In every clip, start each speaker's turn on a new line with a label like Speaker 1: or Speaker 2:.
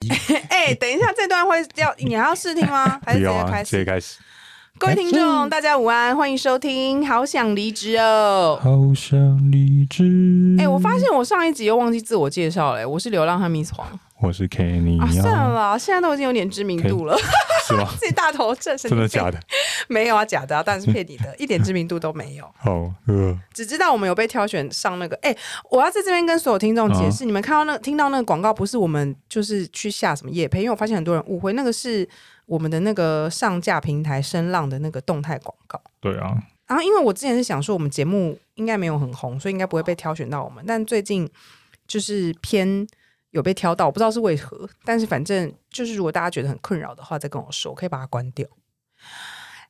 Speaker 1: 哎，等一下，这段会要你还要试听吗？还哎是
Speaker 2: 不
Speaker 1: 直
Speaker 2: 用
Speaker 1: 接
Speaker 2: 啊，哎
Speaker 1: 开
Speaker 2: 直接
Speaker 1: 始？
Speaker 2: 开始。
Speaker 1: 各位听众，大家午安，欢迎收听《好想离职哦》。
Speaker 2: 好想离职。
Speaker 1: 哎，我发现我上一集又忘记自我介绍了，我是流浪汉 Miss 黄
Speaker 2: 我是 Kenny
Speaker 1: 啊，
Speaker 2: 啊，
Speaker 1: 算了啦，现在都已经有点知名度了，
Speaker 2: 是吗？
Speaker 1: 自己大头症，神
Speaker 2: 真
Speaker 1: 经
Speaker 2: 的
Speaker 1: 病
Speaker 2: 假的？
Speaker 1: 没有啊，假的啊，当然是骗你的，一点知名度都没有。
Speaker 2: 好饿，
Speaker 1: 只知道我们有被挑选上那个，哎、我要在这边跟所有听众解释，你们看到那听到那个广告，不是我们就是去下什么夜配，因为我发现很多人误会，那个是我们的那个上架平台声浪的那个动态广告。
Speaker 2: 对啊，
Speaker 1: 然后，因为我之前是想说我们节目应该没有很红，所以应该不会被挑选到我们，但最近就是偏有被挑到，我不知道是为何，但是反正就是如果大家觉得很困扰的话，再跟我说，我可以把它关掉。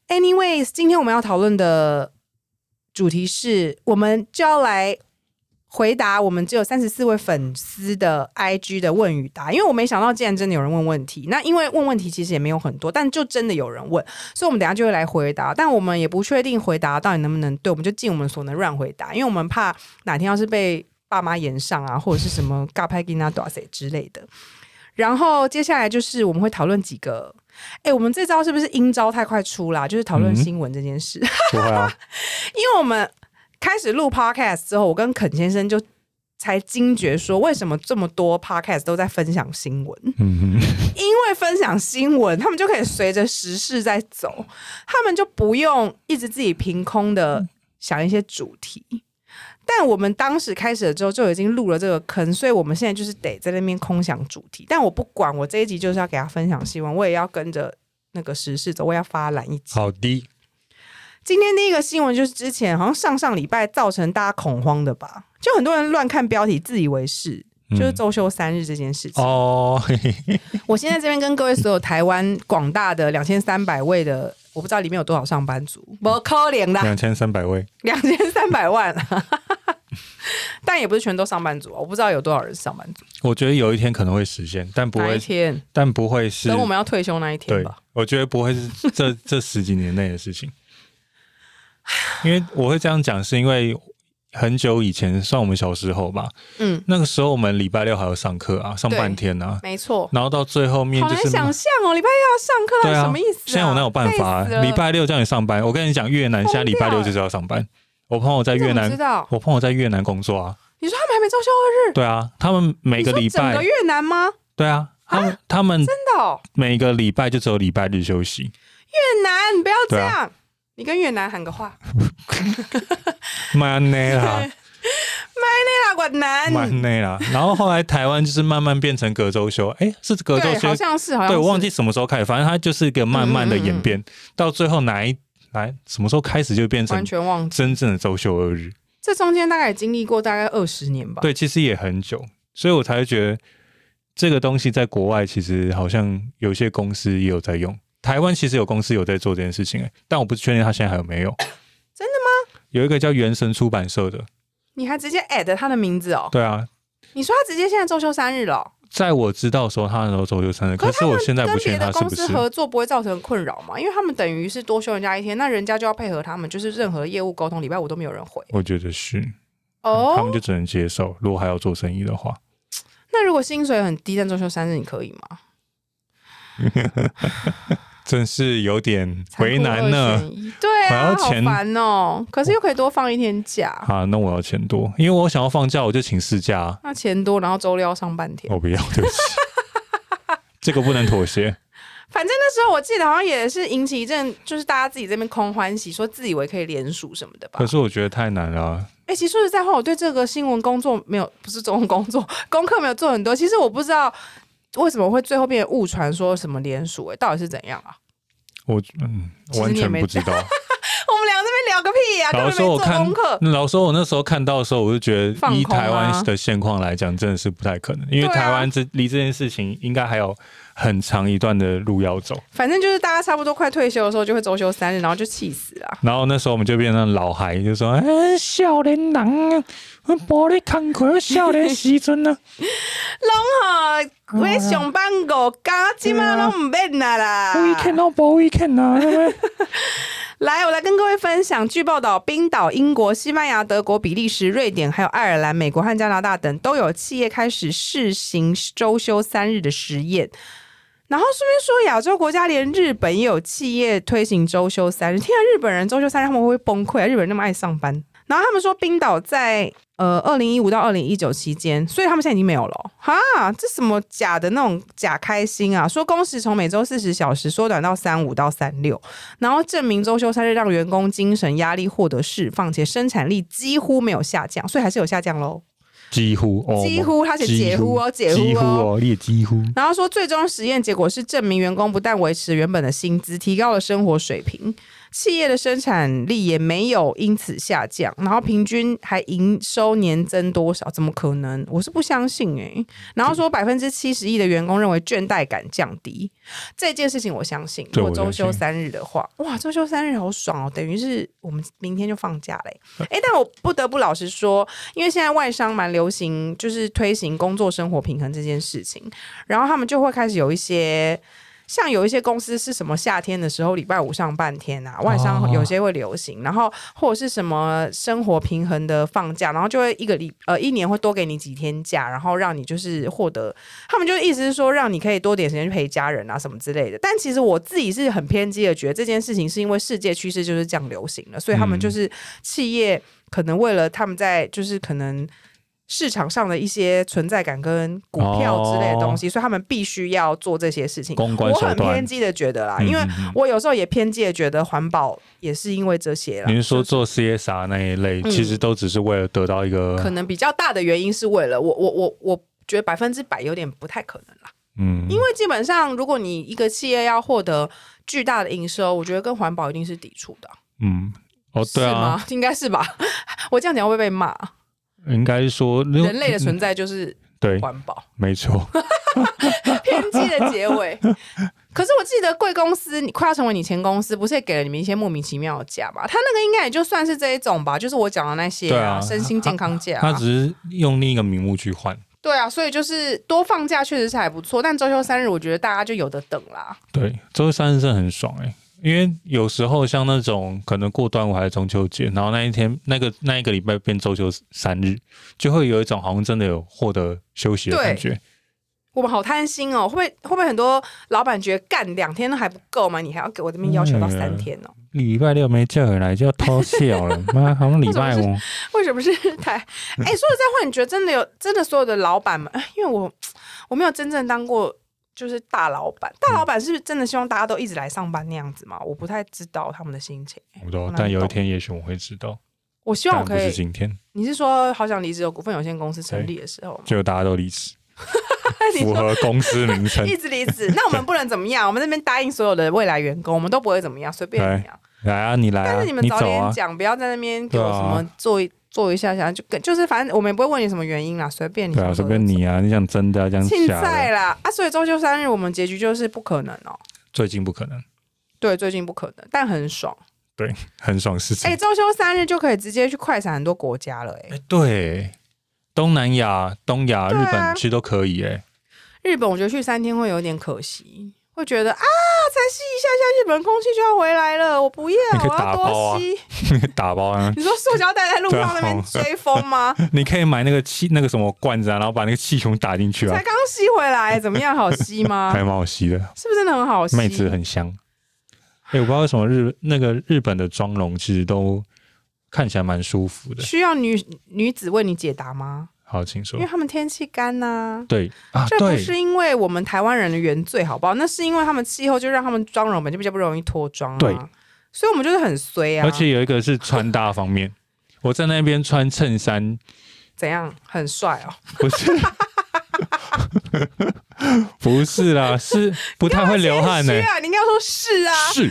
Speaker 1: Anyways，今天我们要讨论的主题是，我们就要来回答我们只有三十四位粉丝的 IG 的问与答，因为我没想到竟然真的有人问问题。那因为问问题其实也没有很多，但就真的有人问，所以我们等一下就会来回答。但我们也不确定回答到底能不能对，我们就尽我们所能乱回答，因为我们怕哪天要是被爸妈延上啊，或者是什么尬拍给那多谁之类的。然后接下来就是我们会讨论几个，哎，我们这招是不是阴招太快出啦？就是讨论
Speaker 2: 嗯
Speaker 1: 新闻这件事。
Speaker 2: 不会啊，
Speaker 1: 因为我们开始录 podcast 之后，我跟肯先生就才惊觉说，为什么这么多 podcast 都在分享新闻？
Speaker 2: 嗯哼，
Speaker 1: 因为分享新闻，他们就可以随着时事在走，他们就不用一直自己凭空的想一些主题。但我们当时开始了之后，就已经入了这个坑，所以我们现在就是得在那边空想主题。但我不管，我这一集就是要给他分享新闻，我也要跟着那个时事走，我也要发懒一集。
Speaker 2: 好的，
Speaker 1: 今天第一个新闻就是之前好像上上礼拜造成大家恐慌的吧，就很多人乱看标题自以为是，
Speaker 2: 嗯
Speaker 1: 就是周休三日这件事情。
Speaker 2: 哦，嘿嘿
Speaker 1: 我现在这边跟各位所有台湾广大的两千三百位的，我不知道里面有多少上班族，不可怜啦，
Speaker 2: 两千三百位，
Speaker 1: 两千三百万， 但也不是全都上班族啊，我不知道有多少人是上班族，
Speaker 2: 我觉得有一天可能会实现，但不
Speaker 1: 哪一
Speaker 2: 会，
Speaker 1: 天
Speaker 2: 但不会是
Speaker 1: 等我们要退休那一天
Speaker 2: 对
Speaker 1: 吧。，
Speaker 2: 我觉得不会是 这这十几年内的事情，因为我会这样讲，是因为很久以前，算我们小时候吧，
Speaker 1: 嗯，
Speaker 2: 那个时候我们礼拜六还有上课啊，上
Speaker 1: 对
Speaker 2: 半天啊，
Speaker 1: 没错。
Speaker 2: 然后到最后面
Speaker 1: 好
Speaker 2: 就
Speaker 1: 难
Speaker 2: 是
Speaker 1: 想象哦，礼拜六
Speaker 2: 对
Speaker 1: 要上课啊，
Speaker 2: 啊，
Speaker 1: 什么意思、啊？
Speaker 2: 现在我哪有办法、
Speaker 1: 累死了
Speaker 2: 礼拜六叫你上班，我跟你讲，越南
Speaker 1: 疯掉
Speaker 2: 现在礼拜六就是要上班。我朋友在
Speaker 1: 你
Speaker 2: 越
Speaker 1: 怎么
Speaker 2: 南
Speaker 1: 知，道？
Speaker 2: 我朋友在越南工作啊，
Speaker 1: 你说他们还没周休二日？
Speaker 2: 对啊，他们每
Speaker 1: 你
Speaker 2: 个
Speaker 1: 说
Speaker 2: 礼
Speaker 1: 整个
Speaker 2: 拜，
Speaker 1: 越南吗？
Speaker 2: 对啊，他们他们
Speaker 1: 真的、哦，
Speaker 2: 每个礼拜就只有礼拜日休息，
Speaker 1: 越南，你不要这
Speaker 2: 对啊
Speaker 1: 样。你跟越南喊个话，
Speaker 2: 妈 内啦，
Speaker 1: 大管南，
Speaker 2: 蛮内啦。然后后来台湾就是慢慢变成隔周休，哎，是隔周
Speaker 1: 对，好
Speaker 2: 休，
Speaker 1: 像是，好嗯像
Speaker 2: 对我忘
Speaker 1: 记
Speaker 2: 记什么时候开始，反正它就是一个慢慢的演变，到最后哪一哪什么时候开始就变成
Speaker 1: 完全忘记。
Speaker 2: 真正的周休二日。
Speaker 1: 这中间大概也经历过大概二十年吧。
Speaker 2: 对，其实也很久，所以我才会觉得这个东西在国外其实好像有些公司也有在用，台湾其实有公司有在做这件事情、欸，但我不确定它现在还有没有。
Speaker 1: 真哦
Speaker 2: 的吗？有一个叫原神出版社的，
Speaker 1: 你还直接 at 他的名字哦？
Speaker 2: 对啊，
Speaker 1: 你说他直接现在周休三日了哦、
Speaker 2: 在我知道的时候，他那时候周六生日，可是我现在
Speaker 1: 跟
Speaker 2: 不确
Speaker 1: 别的
Speaker 2: 定他是
Speaker 1: 公
Speaker 2: 不
Speaker 1: 司
Speaker 2: 是。
Speaker 1: 合作不会造成困扰吗？因为他们等于是多休人家一天，那人家就要配合他们，就是任何业务沟通，礼拜五都没有人回
Speaker 2: 我觉得是，嗯他
Speaker 1: 哦
Speaker 2: 们。就只能接受。如果还要做生意的话，
Speaker 1: 那如果薪水很低，但周休三日，你可以吗？
Speaker 2: 真是有点为难
Speaker 1: 残酷二
Speaker 2: 呢。
Speaker 1: 选一。对
Speaker 2: 我
Speaker 1: 啊，
Speaker 2: 要
Speaker 1: 好
Speaker 2: 钱
Speaker 1: 烦哦。可是又可以多放一天假。
Speaker 2: 啊，那我要钱多，因为我想要放假，我就请事假啊、
Speaker 1: 那钱多，然后周六要上半天。
Speaker 2: 我哦不要，对不起，这个不能妥协。
Speaker 1: 反正那时候我记得好像也是引起一阵，就是大家自己这边空欢喜，说自以为可以联署什么的吧
Speaker 2: 可。是我觉得太难了啊，
Speaker 1: 哎、其实说实在话，我对这个新闻工作没有，不是中文工作 功课没有做很多。其实我不知道为什么会最后变成误传说什么联署、诶到底是怎样啊？
Speaker 2: 我嗯
Speaker 1: 其实
Speaker 2: 完
Speaker 1: 你也
Speaker 2: 全
Speaker 1: 没
Speaker 2: 不知 道。
Speaker 1: 我们俩这边聊个屁啊呀、根
Speaker 2: 老
Speaker 1: 本
Speaker 2: 实说，
Speaker 1: 没
Speaker 2: 我
Speaker 1: 做
Speaker 2: 看
Speaker 1: 功课。
Speaker 2: 老实说，我那时候看到的时候，我就觉得
Speaker 1: 放
Speaker 2: 依
Speaker 1: 空啊
Speaker 2: 台湾的现况来讲，真的是不太可能，因为
Speaker 1: 对啊
Speaker 2: 台湾这离这件事情应该还有很长一段的路要走。
Speaker 1: 反正就是大家差不多快退休的时候，就会周休三日，然后就气死了。啊
Speaker 2: 然后那时候我们就变成老孩，就说：“哎，少年郎啊，我玻璃看过少年时阵啊。
Speaker 1: 啊，我咧上班五天，即马拢唔免啦啦。
Speaker 2: ，weekend 哦，无 weekend 啊，对不对
Speaker 1: 来，我来跟各位分享。据报道，冰岛、英国、西班牙、德国、比利时、瑞典，还有爱尔兰、美国和加拿大等，都有企业开始试行周休三日的实验。然后顺便说，亚洲国家连日本也有企业推行周休三日。天啊，日本人周休三日他们会不会崩溃啊？日本人那么爱上班。然后他们说，冰岛在呃二零一五到二零一九期间，所以他们现在已经没有了哦、哈，这什么假的那种假开心啊？说工时从每周四十小时缩短到三五到三六，然后证明周休三日让员工精神压力获得释放，且生产力几乎没有下降，所以还是有下降喽。
Speaker 2: 几乎哦，
Speaker 1: 几乎他写解乎哦解乎哦
Speaker 2: 几乎哦，你也几乎
Speaker 1: 然后说，最终实验结果是证明员工不但维持原本的薪资，提高了生活水平，企业的生产力也没有因此下降，然后平均还营收年增多少？怎么可能？我是不相信诶、然后说百分之七十一的员工认为倦怠感降低，这件事情我相信。
Speaker 2: 对
Speaker 1: 如果
Speaker 2: 我相
Speaker 1: 周休
Speaker 2: 信
Speaker 1: 三日的话，哇，周休三日好爽哦，等于是我们明天就放假嘞、 诶，但我不得不老实说，因为现在外商蛮流行，就是推行工作生活平衡这件事情，然后他们就会开始有一些，像有一些公司是什么夏天的时候礼拜五上半天啊，外商
Speaker 2: 哦
Speaker 1: 有些会流行，然后或者是什么生活平衡的放假，然后就会一个礼呃一年会多给你几天假，然后让你就是获得，他们就意思是说让你可以多点时间去陪家人啊什么之类的。但其实我自己是很偏激的，觉得这件事情是因为世界趋势就是这样流行了，所以他们
Speaker 2: 嗯
Speaker 1: 就是企业可能为了他们在就是可能市场上的一些存在感跟股票之类的东西，所以他们必须要做这些事情。
Speaker 2: 公关
Speaker 1: 我
Speaker 2: 手
Speaker 1: 很偏
Speaker 2: 段。
Speaker 1: 激的觉得啦，
Speaker 2: 嗯
Speaker 1: 因为
Speaker 2: 嗯嗯
Speaker 1: 我有时候也偏激的觉得环保也是因为这些啦
Speaker 2: 你。是说做 CSR 那一类，
Speaker 1: 啊嗯
Speaker 2: 其实都只是为了得到一个
Speaker 1: 可能比较大的原因是为了我我我我觉得百分之百有点不太可能啦，
Speaker 2: 嗯，
Speaker 1: 因为基本上如果你一个企业要获得巨大的营收，我觉得跟环保一定是抵触的啊，
Speaker 2: 嗯哦对
Speaker 1: 是
Speaker 2: 啊，
Speaker 1: 吗？ 应该是吧？我这样讲会不会被骂？
Speaker 2: 应该是说
Speaker 1: 人类的
Speaker 2: 嗯
Speaker 1: 存在就是
Speaker 2: 对，
Speaker 1: 环保。
Speaker 2: 没错，
Speaker 1: 偏激的结尾。可是我记得贵公司，你快要成为你前公司，不是也给了你们一些莫名其妙的假吧？他那个应该也就算是这一种吧，就是我讲的那些
Speaker 2: 对
Speaker 1: 啊，
Speaker 2: 啊
Speaker 1: 身心健康假、
Speaker 2: 他
Speaker 1: 啊。
Speaker 2: 只是用另一个名目去换。
Speaker 1: 对啊，所以就是多放假确实是还不错，但周休三日我觉得大家就有的等啦。
Speaker 2: 对，周三日是很爽哎、因为有时候像那种可能过端午还是中秋节，然后那一天那个那一个礼拜变周休三日，就会有一种好像真的有获得休息的感觉。
Speaker 1: 我们好贪心哦，会不会会不会很多老板觉得干两天都还不够吗？你还要给我这边要求到三天哦？
Speaker 2: 礼拜六没叫你来就要偷笑了，妈，好像礼拜五
Speaker 1: 为什么 是台？哎、说实在话，你觉得真的有真的所有的老板们？哎因为我我没有真正当过就是大老板，大老板是不是真的希望大家都一直来上班那样子嘛？我不太知道他们的心情。
Speaker 2: 我不知道
Speaker 1: 难，
Speaker 2: 但有一
Speaker 1: 懂
Speaker 2: 天也许我会知道，
Speaker 1: 我希望
Speaker 2: 但
Speaker 1: 我
Speaker 2: 嗯不
Speaker 1: 可
Speaker 2: 是
Speaker 1: 以，
Speaker 2: 今天，
Speaker 1: 你是说好想离职有股份有限公司成立的时候吗？
Speaker 2: 就大家都离 职，
Speaker 1: 你
Speaker 2: 符
Speaker 1: 说
Speaker 2: 合公司名 称
Speaker 1: 一。直离职，那我们不能怎么 样？我们那边答应所有的未来员工，我们都不会怎么样，随便
Speaker 2: 对
Speaker 1: 你啊。
Speaker 2: 来啊，你来
Speaker 1: 但
Speaker 2: 啊，
Speaker 1: 是你们早
Speaker 2: 走
Speaker 1: 点
Speaker 2: 啊，
Speaker 1: 讲，不要在那边给我
Speaker 2: 对啊
Speaker 1: 什么做一做一下下，就跟就是反正我们也不会问你什么原因啦，随便你。
Speaker 2: 对啊，随便你啊，你想真的啊，这样
Speaker 1: 庆
Speaker 2: 假
Speaker 1: 赛
Speaker 2: 的，
Speaker 1: 啦啊！所以周休三日我们结局就是不可能哦。
Speaker 2: 最近不可能，
Speaker 1: 对，最近不可能，但很爽。
Speaker 2: 很爽事情
Speaker 1: 哎、。周休三日就可以直接去快闪很多国家了、哎，
Speaker 2: 哎，对，东南亚、东亚、
Speaker 1: 对啊
Speaker 2: 日本其实都可以哎。
Speaker 1: 日本我觉得去三天会有点可惜，会觉得啊，才吸一下下日本空气就要回来了，我不要，
Speaker 2: 你可以
Speaker 1: 我要
Speaker 2: 打包
Speaker 1: 多
Speaker 2: 啊
Speaker 1: 吸。
Speaker 2: 打包啊，
Speaker 1: 你说塑胶袋在路
Speaker 2: 对
Speaker 1: 上
Speaker 2: 啊
Speaker 1: 那边追风吗？
Speaker 2: 你可以买那个气那个什么罐子啊，然后把那个气球打进去啊
Speaker 1: 才，刚吸回来，怎么样？好吸吗？
Speaker 2: 还蛮好吸的，
Speaker 1: 是不是真的很好吸？
Speaker 2: 妹子很香。哎、我不知道为什么日那个日本的妆容其实都看起来蛮舒服的。
Speaker 1: 需要女女子为你解答吗？
Speaker 2: 好，请
Speaker 1: 因
Speaker 2: 说
Speaker 1: 为。他们天气干呐、
Speaker 2: 对啊，
Speaker 1: 这不
Speaker 2: 对，
Speaker 1: 是因为我们台湾人的原罪，好不好？那是因为他们气候就让他们妆容本就比较不容易脱妆、啊，
Speaker 2: 对，
Speaker 1: 所以我们就是很衰啊。
Speaker 2: 而且有一个是穿搭方面，我在那边穿衬衫，
Speaker 1: 怎样，很帅哦，
Speaker 2: 不是， 不是啦，是不太会流汗呢、
Speaker 1: 是啊，你应该说是啊。
Speaker 2: 是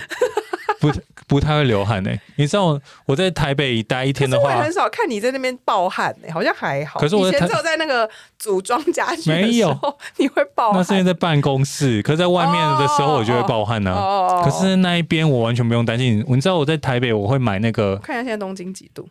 Speaker 2: 不不太会流汗呢、你知道我我在台北一待一
Speaker 1: 可
Speaker 2: 天
Speaker 1: 是
Speaker 2: 的
Speaker 1: 我也
Speaker 2: 话
Speaker 1: 很，少看你在那边暴汗诶、好像还好。
Speaker 2: 可是我
Speaker 1: 以
Speaker 2: 在
Speaker 1: 前
Speaker 2: 台
Speaker 1: 只有在那个组装家具的
Speaker 2: 没
Speaker 1: 时
Speaker 2: 有
Speaker 1: 候，你会暴
Speaker 2: 那是因为
Speaker 1: 汗。
Speaker 2: 在办公室，可是在外面的时候我就会暴汗呢、啊。
Speaker 1: 哦
Speaker 2: 可是那一边我完全不用担心，你知道我在台北我会买那个
Speaker 1: 看一下现在东京几度？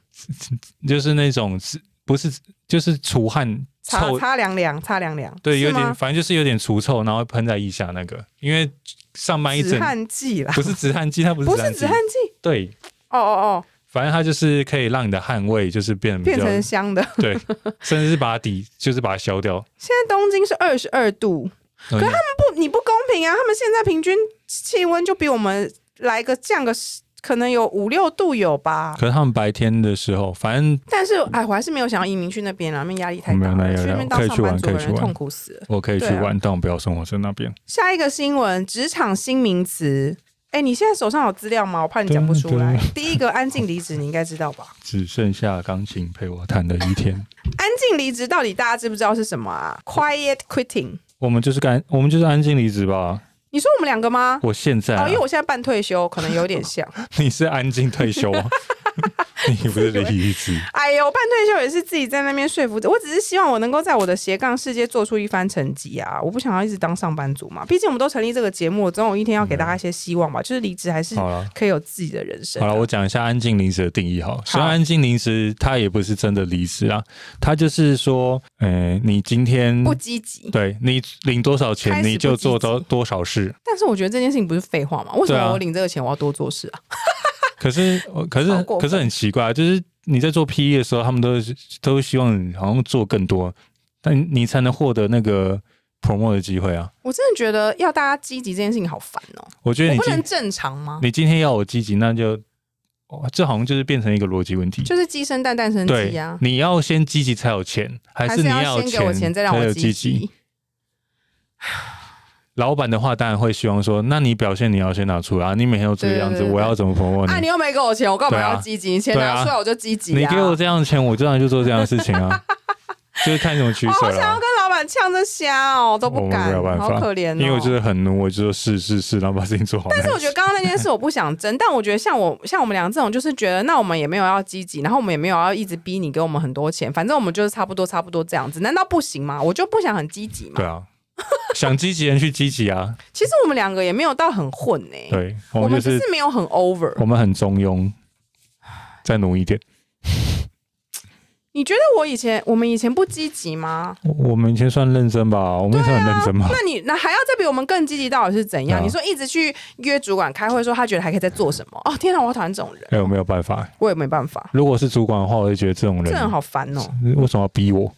Speaker 2: 就是那种是不是就是除汗
Speaker 1: 擦
Speaker 2: 臭
Speaker 1: 擦凉凉，擦凉凉，
Speaker 2: 对，
Speaker 1: 是
Speaker 2: 有
Speaker 1: 吗
Speaker 2: 点，反正就是有点除臭，然后喷在腋下那个，因为上班一
Speaker 1: 止
Speaker 2: 整
Speaker 1: 汗剂啦，
Speaker 2: 不是止汗剂，它不是
Speaker 1: 不是止
Speaker 2: 剂
Speaker 1: 汗，剂，
Speaker 2: 对，
Speaker 1: 哦哦哦，
Speaker 2: 反正它就是可以让你的汗味就是变得比
Speaker 1: 变
Speaker 2: 较
Speaker 1: 成 香的。
Speaker 2: 对，甚至是把它抵，就是把它消掉。嗯
Speaker 1: 现在东京是二十二度，
Speaker 2: 可他们
Speaker 1: 不，你不公平啊！他们现在平均气温就比我们来个降个十，可能有五六度有吧。
Speaker 2: 可是他们白天的时候，反正
Speaker 1: 但是，哎，我还是没有想要移民去那边啦，那边压力太大
Speaker 2: 没有没
Speaker 1: 了，
Speaker 2: 有
Speaker 1: 去那边
Speaker 2: 没有
Speaker 1: 当
Speaker 2: 可以
Speaker 1: 上
Speaker 2: 去玩
Speaker 1: 班族的
Speaker 2: 可以去
Speaker 1: 人
Speaker 2: 玩
Speaker 1: 痛苦死了。
Speaker 2: 我可以去
Speaker 1: 对啊
Speaker 2: 玩，但我不要生活在那边。
Speaker 1: 下一个新闻，职场新名词。哎，你现在手上有资料吗？我怕你讲不出来
Speaker 2: 对。
Speaker 1: 第一个，安静离职，你应该知道吧？
Speaker 2: 只剩下钢琴陪我弹的 一天。
Speaker 1: 安静离职到底大家知不知道是什么啊？Quiet quitting。
Speaker 2: 我们就是干，我们就是安静离职吧。
Speaker 1: 你说我们两个吗？
Speaker 2: 我现在、啊
Speaker 1: 哦，因为我现在半退休，可能有点像。
Speaker 2: 你是安静退休 啊，你不是离职。
Speaker 1: 哎呦，半退休也是自己在那边说服自我只是希望我能够在我的斜杠世界做出一番成绩啊！我不想要一直当上班族嘛，毕竟我们都成立这个节目，我总有一天要给大家一些希望吧。就是离职还是
Speaker 2: 嗯好了。
Speaker 1: 可以有自己的人生
Speaker 2: 好
Speaker 1: 的。
Speaker 2: 了，我讲一下安静离职的定义好了。所以安静离职，它也不是真的离职啊，它就是说，呃，你今天
Speaker 1: 不积 极，
Speaker 2: 对你领多少
Speaker 1: 开
Speaker 2: 钱，
Speaker 1: 始
Speaker 2: 你就
Speaker 1: 不积极
Speaker 2: 做多多少事。
Speaker 1: 但是我觉得这件事情不是废话嘛？为什
Speaker 2: 对啊
Speaker 1: 么我领这个钱我要多做事啊？
Speaker 2: 可是，呃可
Speaker 1: 好
Speaker 2: 是，
Speaker 1: 过分
Speaker 2: 可是很奇怪，就是你在做 PE 的时候，他们都是都希望你好像做更多，但你才能获得那个 promo 的机会啊。
Speaker 1: 我真的觉得要大家积极这件事情好烦哦、
Speaker 2: 我觉得
Speaker 1: 我
Speaker 2: 你
Speaker 1: 不能
Speaker 2: 今
Speaker 1: 正常吗？
Speaker 2: 你今天要我积极，那就哦这好像就是变成一个逻辑问题。
Speaker 1: 就是鸡生蛋，蛋生
Speaker 2: 对
Speaker 1: 鸡啊，。
Speaker 2: 你要先积极才有钱，还
Speaker 1: 还
Speaker 2: 是你
Speaker 1: 要
Speaker 2: 有
Speaker 1: 先给我钱，再让我
Speaker 2: 有
Speaker 1: 积
Speaker 2: 积
Speaker 1: 极
Speaker 2: 极？。老板的话当然会希望说，那你表现你要先拿出来啊，你每天都这个样子，
Speaker 1: 对对对
Speaker 2: 我要怎么 promo
Speaker 1: 啊，你又没给我钱，我干嘛
Speaker 2: 哦对啊
Speaker 1: 要积极？你钱
Speaker 2: 对
Speaker 1: 拿
Speaker 2: 啊
Speaker 1: 出来我就积极、啊。
Speaker 2: 你给我这样的钱，我当然就做这样的事情 啊，就是看你怎么取
Speaker 1: 我
Speaker 2: 舍
Speaker 1: 好想
Speaker 2: 了、
Speaker 1: 要啊跟老板呛这虾哦，都不敢
Speaker 2: 我们没有，办法
Speaker 1: 好可怜哦。
Speaker 2: 因为我就是很奴，我就说是是是，然后把事情做好。
Speaker 1: 但是我觉得刚刚那件事我不想争，但我觉得像我像我们俩这种，就是觉得那我们也没有要积极，然后我们也没有要一直逼你给我们很多钱，反正我
Speaker 2: 嗯
Speaker 1: 们就是差不多差不多这样子，难道不行吗？我就不想很积极嘛
Speaker 2: 对。啊，想积极人去积 极啊，
Speaker 1: 其实我们两个也没有到很混呢、
Speaker 2: 对
Speaker 1: 我
Speaker 2: 我
Speaker 1: 们
Speaker 2: 们就
Speaker 1: 只
Speaker 2: 是
Speaker 1: 是没有很 over。
Speaker 2: 我们很中庸，再努一点。
Speaker 1: 你觉得我以前我们以前不积极吗？
Speaker 2: 我我们以前算认真吧，我们也算很认真吧。
Speaker 1: 那你那还要再比我们更积极到底是怎样？
Speaker 2: 对啊
Speaker 1: 你说一直去约主管开会，说他觉得还可以再做什么？哦，天哪，我好讨厌这种人，
Speaker 2: 哎、我没有办法。
Speaker 1: 我也没办法，
Speaker 2: 如果是主管的话，我就觉得这种
Speaker 1: 这
Speaker 2: 人
Speaker 1: 人好烦哦。
Speaker 2: 为什么要 逼我？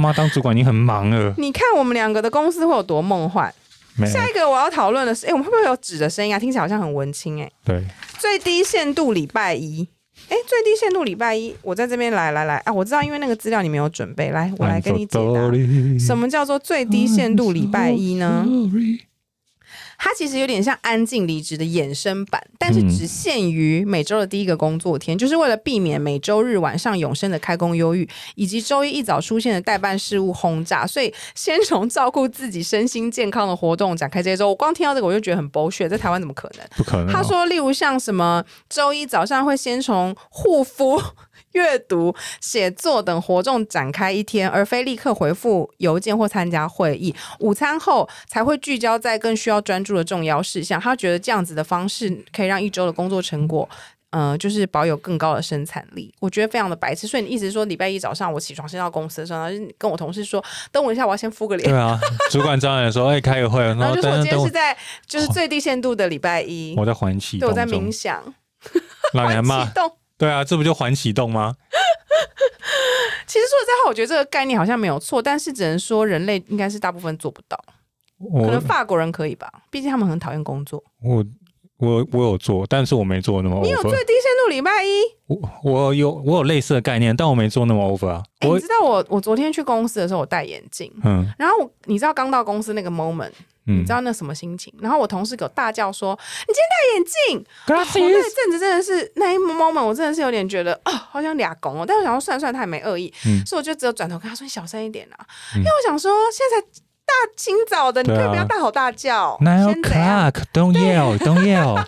Speaker 2: 妈，当主管已经很忙了。
Speaker 1: 你看我们两个的公司会有多梦幻？
Speaker 2: 没有
Speaker 1: 下一个我要讨论的是，哎、我们会不会有纸的声音啊？听起来好像很文青哎、
Speaker 2: 对，
Speaker 1: 最低限度礼拜一，哎、最低限度礼拜一，我在这边来来来啊！我知道，因为那个资料你没有准备，来我来跟你解答。
Speaker 2: 答
Speaker 1: 什么叫做最低限度礼拜一呢？它其实有点像安静离职的衍生版，但是
Speaker 2: 嗯
Speaker 1: 只限于每周的第一个工作天，就是为了避免每周日晚上永生的开工忧郁，以及周一一早出现的代办事务轰炸。所以，先从照顾自己身心健康的活动展开这一周。我光听到这个我就觉得很 bullshit，在台湾怎么可能？
Speaker 2: 不可能、
Speaker 1: 他
Speaker 2: 哦。
Speaker 1: 说，例如像什么周一早上会先从护肤、阅读、写作等活动展开一天，而非立刻回复邮件或参加会议。午餐后才会聚焦在更需要专注的重要事项。他觉得这样子的方式可以让一周的工作成果。呃，就是保有更高的生产力，我觉得非常的白痴。所以你一直说礼拜一早上我起床先到公司的时候，然后就跟我同事说，等我一下，我要先敷个脸
Speaker 2: 对，啊，主管张然说：“哎、开个会。”然
Speaker 1: 然后
Speaker 2: 后
Speaker 1: 就说我
Speaker 2: 等
Speaker 1: 今天
Speaker 2: 等我
Speaker 1: 是，在就是最低限度的礼拜一，
Speaker 2: 我在环起
Speaker 1: 对
Speaker 2: 动
Speaker 1: 我在冥
Speaker 2: 中，
Speaker 1: 想，
Speaker 2: 让你还
Speaker 1: 欢
Speaker 2: 骂
Speaker 1: 启动。
Speaker 2: 对啊，这不就环启动吗？
Speaker 1: 其实说实在话，我觉得这个概念好像没有错，但是只能说人类应该是大部分做不到，可能
Speaker 2: 我哦
Speaker 1: 法国人可以吧，毕竟他们很讨厌工作。
Speaker 2: 我我我有做，但是我没做那么
Speaker 1: 你有
Speaker 2: over。
Speaker 1: 最低限度礼拜一，
Speaker 2: 我我有我有类似的概念，但我没做那么 over 啊。
Speaker 1: 诶哎
Speaker 2: 我
Speaker 1: 你知道我我昨天去公司的时候，我戴眼镜，
Speaker 2: 嗯
Speaker 1: 然后我你知道刚到公司那个 moment，、你
Speaker 2: 嗯
Speaker 1: 知，道那什么心情？然后我同事给我大叫说：“你今天戴眼镜！”
Speaker 2: 跟他
Speaker 1: 我那一阵子真的是那一 moment，我真的是有点觉得啊、好想俩拱哦。但是我想说算了算了，他也没恶意，
Speaker 2: 嗯
Speaker 1: 所以我就只有转头跟他说：“你小声一点啊！”
Speaker 2: 嗯
Speaker 1: 因为我想说现在才大清早的，你可
Speaker 2: 对啊
Speaker 1: 以不要大吼大叫，
Speaker 2: Nine
Speaker 1: 先怎样？啊
Speaker 2: o'clock, don't yell, don't yell。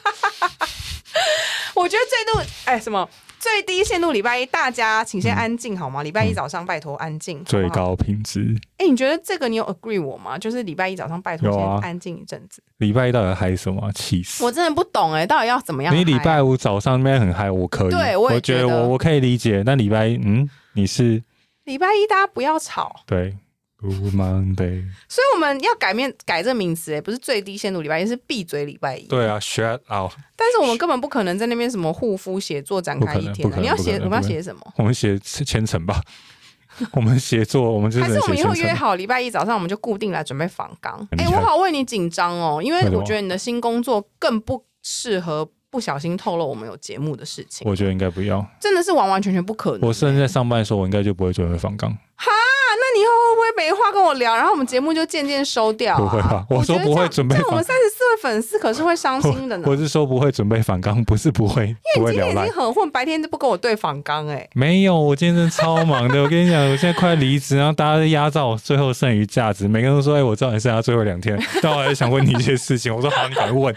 Speaker 1: 我觉得最度哎什么最低限度礼拜一，大家请先安静好吗？礼拜一早上拜托安静，好
Speaker 2: 嗯最
Speaker 1: 不好。
Speaker 2: 高品质。
Speaker 1: 哎、你觉得这个你有 agree 我吗？就是礼拜一早上拜托
Speaker 2: 有
Speaker 1: 先
Speaker 2: 啊
Speaker 1: 安静一阵子。
Speaker 2: 礼拜一到底嗨什么啊？气死！
Speaker 1: 我真的不懂哎、到底要怎么样嗨啊？
Speaker 2: 你礼拜五早上那边很嗨，我可以，
Speaker 1: 对我
Speaker 2: 我
Speaker 1: 也觉
Speaker 2: 得
Speaker 1: 得
Speaker 2: 我我可以理解。但礼拜一，嗯，你是
Speaker 1: 礼拜一大家不要吵，
Speaker 2: 对，Blue Monday，
Speaker 1: 所以我们要改面改这名词，哎，不是最低限度礼拜一，是闭嘴礼拜一。
Speaker 2: 对啊，Shut out，
Speaker 1: 但是我们根本不可能在那边什么护肤写作展开一天、
Speaker 2: 不
Speaker 1: 啊，
Speaker 2: 可能不可能
Speaker 1: 你要写
Speaker 2: 不可能
Speaker 1: 我们要
Speaker 2: 不可能
Speaker 1: 写什么？
Speaker 2: 我们写千层吧， 我们写作，我们就
Speaker 1: 还
Speaker 2: 只
Speaker 1: 是
Speaker 2: 能
Speaker 1: 我
Speaker 2: 写
Speaker 1: 们以后
Speaker 2: 千
Speaker 1: 约
Speaker 2: 层。
Speaker 1: 好礼拜一早上，我们就固定来准备访纲。
Speaker 2: 很
Speaker 1: 哎、
Speaker 2: 厉害
Speaker 1: 我好为你紧张哦，因为
Speaker 2: 为什么
Speaker 1: 我觉得你的新工作更不适合不小心透露我们有节目的事情，
Speaker 2: 我觉得应该不要，
Speaker 1: 真的是完完全全不可能。
Speaker 2: 我甚至在上班的时候，我应该就不会准备放岗，
Speaker 1: 那你以后会不会没话跟我聊？然后我们节目就渐渐收掉、啊？
Speaker 2: 不会吧？我
Speaker 1: 觉
Speaker 2: 说
Speaker 1: 得
Speaker 2: 不
Speaker 1: 这
Speaker 2: 会
Speaker 1: 样
Speaker 2: 准备
Speaker 1: 这样我
Speaker 2: 反
Speaker 1: 们三十四位粉丝可是会伤心的呢。
Speaker 2: 我是说不会准备反纲，不是不会，不会
Speaker 1: 今天
Speaker 2: 聊
Speaker 1: 已
Speaker 2: 赖
Speaker 1: 经。很混，白天都不跟我对访纲哎。
Speaker 2: 没有，我今天真的超忙的。我跟你讲，我现在快离职，然后大家都压榨我最后剩余价值。每个人都说：“哎、我知道你剩下最后两天。”但我还是想问你一些事情。我说：“好，你赶快问。”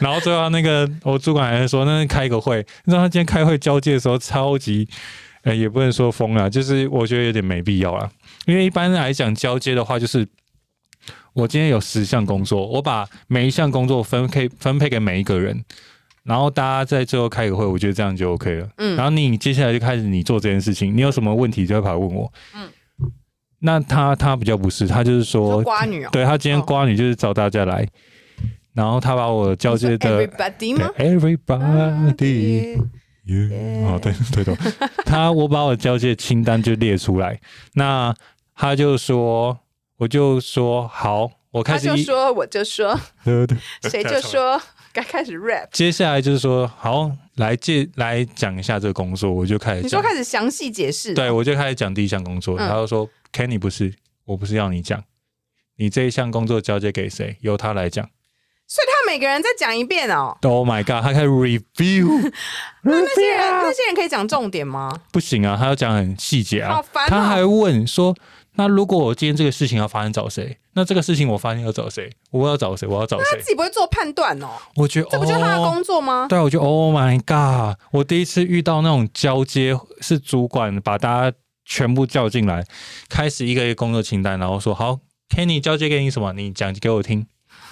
Speaker 2: 然后最后那个我主管还说：“那开个会。”你知道他今天开会交接的时候超级，呃，也不能说疯了，就是我觉得有点没必要啦。因为一般来讲交接的话，就是我今天有十项工作，我把每一项工作分配分配给每一个人，然后大家在最后开个会，我觉得这样就 OK 了。
Speaker 1: 嗯
Speaker 2: 然后你接下来就开始你做这件事情，你有什么问题就会跑来问我。
Speaker 1: 嗯
Speaker 2: 那他他比较不是，他就是
Speaker 1: 说
Speaker 2: 说，
Speaker 1: 瓜女哦、
Speaker 2: 对他今天
Speaker 1: 哦
Speaker 2: 瓜女就是找大家来，然后他把我交接的
Speaker 1: 哦 everybody 吗？
Speaker 2: 对 everybody。
Speaker 1: Yeah
Speaker 2: 哦，对对的，他我把我交接清单就列出来，那他就说，我就说好，我
Speaker 1: 他
Speaker 2: 开始
Speaker 1: 就
Speaker 2: 一，
Speaker 1: 说，我就说，
Speaker 2: 对对，
Speaker 1: 谁就说，该开始 rap。
Speaker 2: 接下来就是说好，来介来讲一下这个工作，我就开始
Speaker 1: 你说
Speaker 2: 讲，
Speaker 1: 开始详细解释，
Speaker 2: 对我就开始讲第一项工作，
Speaker 1: 嗯
Speaker 2: 他就说 Kenny 不是，我不是要你讲，你这一项工作交接给谁，由他来讲。
Speaker 1: 所以他每个人再讲一遍哦。
Speaker 2: Oh my god，他开始 review，
Speaker 1: 那
Speaker 2: 啊
Speaker 1: 些人那些人可以讲重点吗？
Speaker 2: 不行啊，他要讲很细节啊，
Speaker 1: 好烦哦
Speaker 2: 他还问说，那如果我今天这个事情要发生，找谁？那这个事情我发现要找谁？我要找谁？我要找
Speaker 1: 他
Speaker 2: 谁
Speaker 1: 自？己不会做判断哦，
Speaker 2: 我觉得
Speaker 1: 这不就是他的
Speaker 2: 哦
Speaker 1: 工作吗？
Speaker 2: 对啊，我就 Oh my God！我第一次遇到那种交接是主管把大家全部叫进来，开始一个一个工作清单，然后说好，Kenny 交接给你什么，你讲给我听。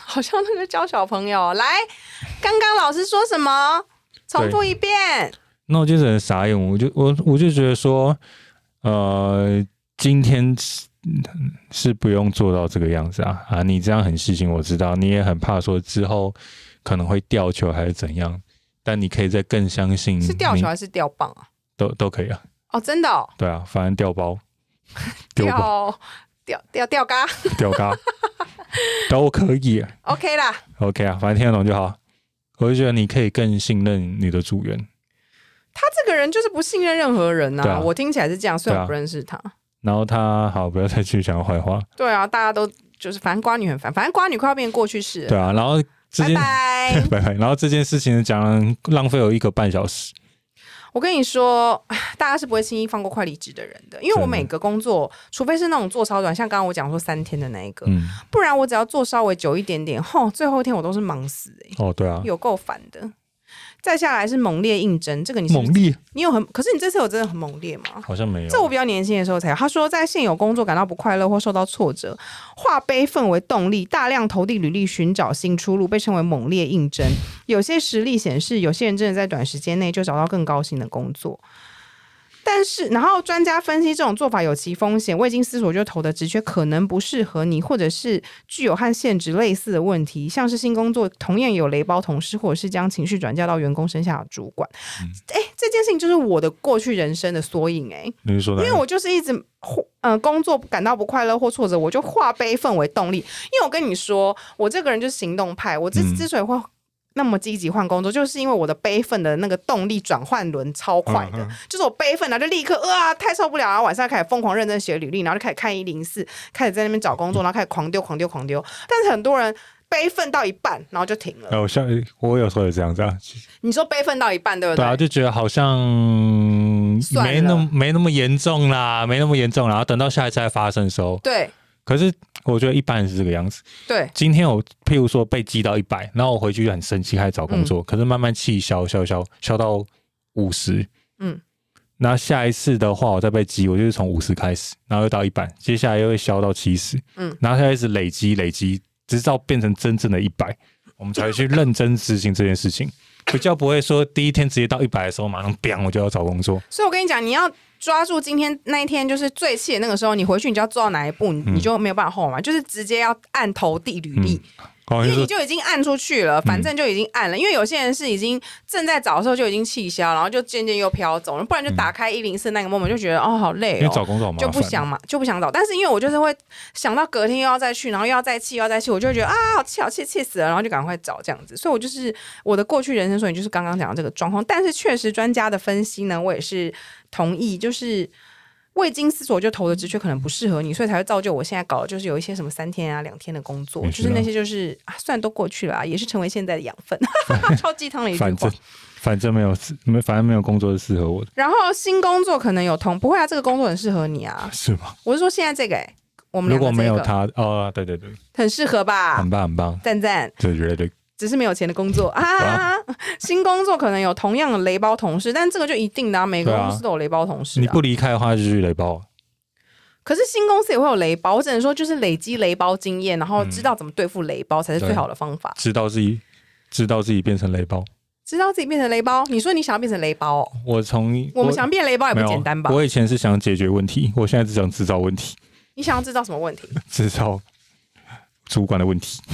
Speaker 1: 好像那个教小朋友哦来，刚刚老师说什么？重复一遍。
Speaker 2: 那我就很傻眼，我就我我就觉得说，呃，今天是嗯是不用做到这个样子啊啊！你这样很细心，我知道你也很怕说之后可能会掉球还是怎样，但你可以再更相信你，
Speaker 1: 是吊球还是吊棒啊？
Speaker 2: 都都可以啊，
Speaker 1: 哦，真的哦，
Speaker 2: 对啊，反正 掉包丢包。
Speaker 1: 吊吊吊吊嘎
Speaker 2: 吊嘎都可以
Speaker 1: ，OK 啦。
Speaker 2: ，OK 啊，反正听得懂就好。我就觉得你可以更信任你的组员，
Speaker 1: 他这个人就是不信任任何人呐、
Speaker 2: 对啊
Speaker 1: 我听起来是这样，虽然
Speaker 2: 对啊
Speaker 1: 我不认识他。
Speaker 2: 然后他好不要再去讲坏话，
Speaker 1: 对啊，大家都就是，反正瓜女很烦，反正瓜女快要变过去式了。
Speaker 2: 对啊，然后这
Speaker 1: 拜
Speaker 2: 件
Speaker 1: 拜。
Speaker 2: 拜拜，然后这件事情讲了浪费我一个半小时，
Speaker 1: 我跟你说， 唉大家是不会轻易放过快离职的人的，因为我
Speaker 2: 真的
Speaker 1: 每个工作，除非是那种做超短，像刚刚我讲说三天的那一个，
Speaker 2: 嗯，
Speaker 1: 不然我只要做稍微久一点点，吼，最后一天我都是忙死、欸，
Speaker 2: 哦，对啊，
Speaker 1: 有够烦的。再下来是猛烈应征，这个你是不是
Speaker 2: 猛力
Speaker 1: 你有很，可是你这次有真的很猛烈吗？
Speaker 2: 好像没有，
Speaker 1: 这我比较年轻的时候才有。他说，在现有工作感到不快乐或受到挫折，化悲愤为动力，大量投递履历寻找新出路，被称为猛烈应征。有些实例显示，有些人真的在短时间内就找到更高薪的工作。但是，然后专家分析这种做法有其风险，未经思索就投的职缺可能不适合你，或者是具有和现职类似的问题，像是新工作同样有雷包同事，或者是将情绪转嫁到员工身下的主管。哎、这件事情就是我的过去人生的缩影、诶。
Speaker 2: 你是说哪
Speaker 1: 因为我就是一直或呃工作感到不快乐或挫折，我就化悲愤为动力。因为我跟你说，我这个人就是行动派，我之
Speaker 2: 嗯
Speaker 1: 之所以会。那么积极换工作，就是因为我的悲愤的那个动力转换轮超快的，
Speaker 2: 嗯嗯
Speaker 1: 就是我悲愤，然后就立刻啊太受不了，然后晚上开始疯狂认真写履历，然后就开始看一零四，开始在那边找
Speaker 2: 嗯
Speaker 1: 工作，然后开始狂丢狂丢狂丢。但是很多人悲愤到一半，然后就停了。
Speaker 2: 哎，我像我有时候也这样子啊，
Speaker 1: 你说悲愤到一半，对不
Speaker 2: 对啊，就觉得好像
Speaker 1: 算
Speaker 2: 没那
Speaker 1: 了
Speaker 2: 么没那么严重啦，没那么严重啦，然后等到下一次再发生的时候，
Speaker 1: 对
Speaker 2: 可是我觉得一般人是这个样子。
Speaker 1: 对
Speaker 2: 今天我譬如说被记到一百，然后我回去就很生气，开始找工
Speaker 1: 嗯
Speaker 2: 作，可是慢慢气消消消消到五十，
Speaker 1: 嗯，
Speaker 2: 那下一次的话，我再被记，我就是从五十开始，然后又到一百，接下来又会消到七十，
Speaker 1: 嗯，
Speaker 2: 然后下一次累积累积，直到变成真正的一百，我们才去认真执行这件事情。比较不会说第一天直接到一百的时候马上 biang 我就要找 工作。
Speaker 1: 所以我跟你讲，你要抓住今天那一天，就是最气的那个时候，你回去你就要做到哪一步，你你就没有办法后嘛，就是直接要按投递履历，嗯
Speaker 2: 哦，
Speaker 1: 因
Speaker 2: 就
Speaker 1: 为你
Speaker 2: 是
Speaker 1: 就已经按出去了，
Speaker 2: 嗯
Speaker 1: 反正就已经按了。因为有些人是已经正在找的时候就已经气消，然后就渐渐又飘走了，不然就打开一零四那个 moment 就觉得哦好累
Speaker 2: 因为
Speaker 1: 哦。
Speaker 2: 找工作好麻
Speaker 1: 就
Speaker 2: 烦，
Speaker 1: 不想嘛，就不想找。但是因为我就是会想到隔天又要再去，然后又要再气，又要再气，我就会觉得啊，好气，好气，气死了，然后就赶快找这样子。所以我就是啊我的过去人生所以就是刚刚讲到这个状况。但是确实专家的分析呢，我也是同意，就是未经思索就投的职缺可能不适合你，所以才会造就我现在搞的就是有一些什么三天啊、两天的工作，
Speaker 2: 没
Speaker 1: 就
Speaker 2: 事
Speaker 1: 是那
Speaker 2: 啦
Speaker 1: 些就是啊，虽然都过去了、啊，也是成为现在的养分，超鸡汤的一句
Speaker 2: 反
Speaker 1: 话
Speaker 2: 正。反正没有没反正没有工作是适合我的，
Speaker 1: 然后新工作可能有同不会啊，这个工作很适合你啊。
Speaker 2: 是吗？
Speaker 1: 我是说现在这个、欸，我们
Speaker 2: 如
Speaker 1: 两个
Speaker 2: 果没有
Speaker 1: 这个
Speaker 2: 他，哦，对对对，
Speaker 1: 很适合吧
Speaker 2: 很？棒很棒，
Speaker 1: 赞赞，
Speaker 2: 对对对，
Speaker 1: 只是没有钱的工作啊。新工作可能有同样的雷包同事，但这个就一定的、啊，每个
Speaker 2: 对啊
Speaker 1: 公司都有雷包同事、
Speaker 2: 你
Speaker 1: 啊。
Speaker 2: 不离开的话就是雷暴，
Speaker 1: 可是新公司也会有雷包，我只能说就是累积雷包经验，然后
Speaker 2: 嗯
Speaker 1: 知道怎么对付雷包才是最好的方法。
Speaker 2: 知道自己知道自己变成雷暴。
Speaker 1: 知道自己变成雷包，你说你想要变成雷包、哦，
Speaker 2: 我从
Speaker 1: 我们想变雷包也
Speaker 2: 没
Speaker 1: 不
Speaker 2: 有啊
Speaker 1: 简单吧？
Speaker 2: 我以前是想解决问题，我现在只想制造问题，
Speaker 1: 你想要知道什么问题？
Speaker 2: 制造主管的问题。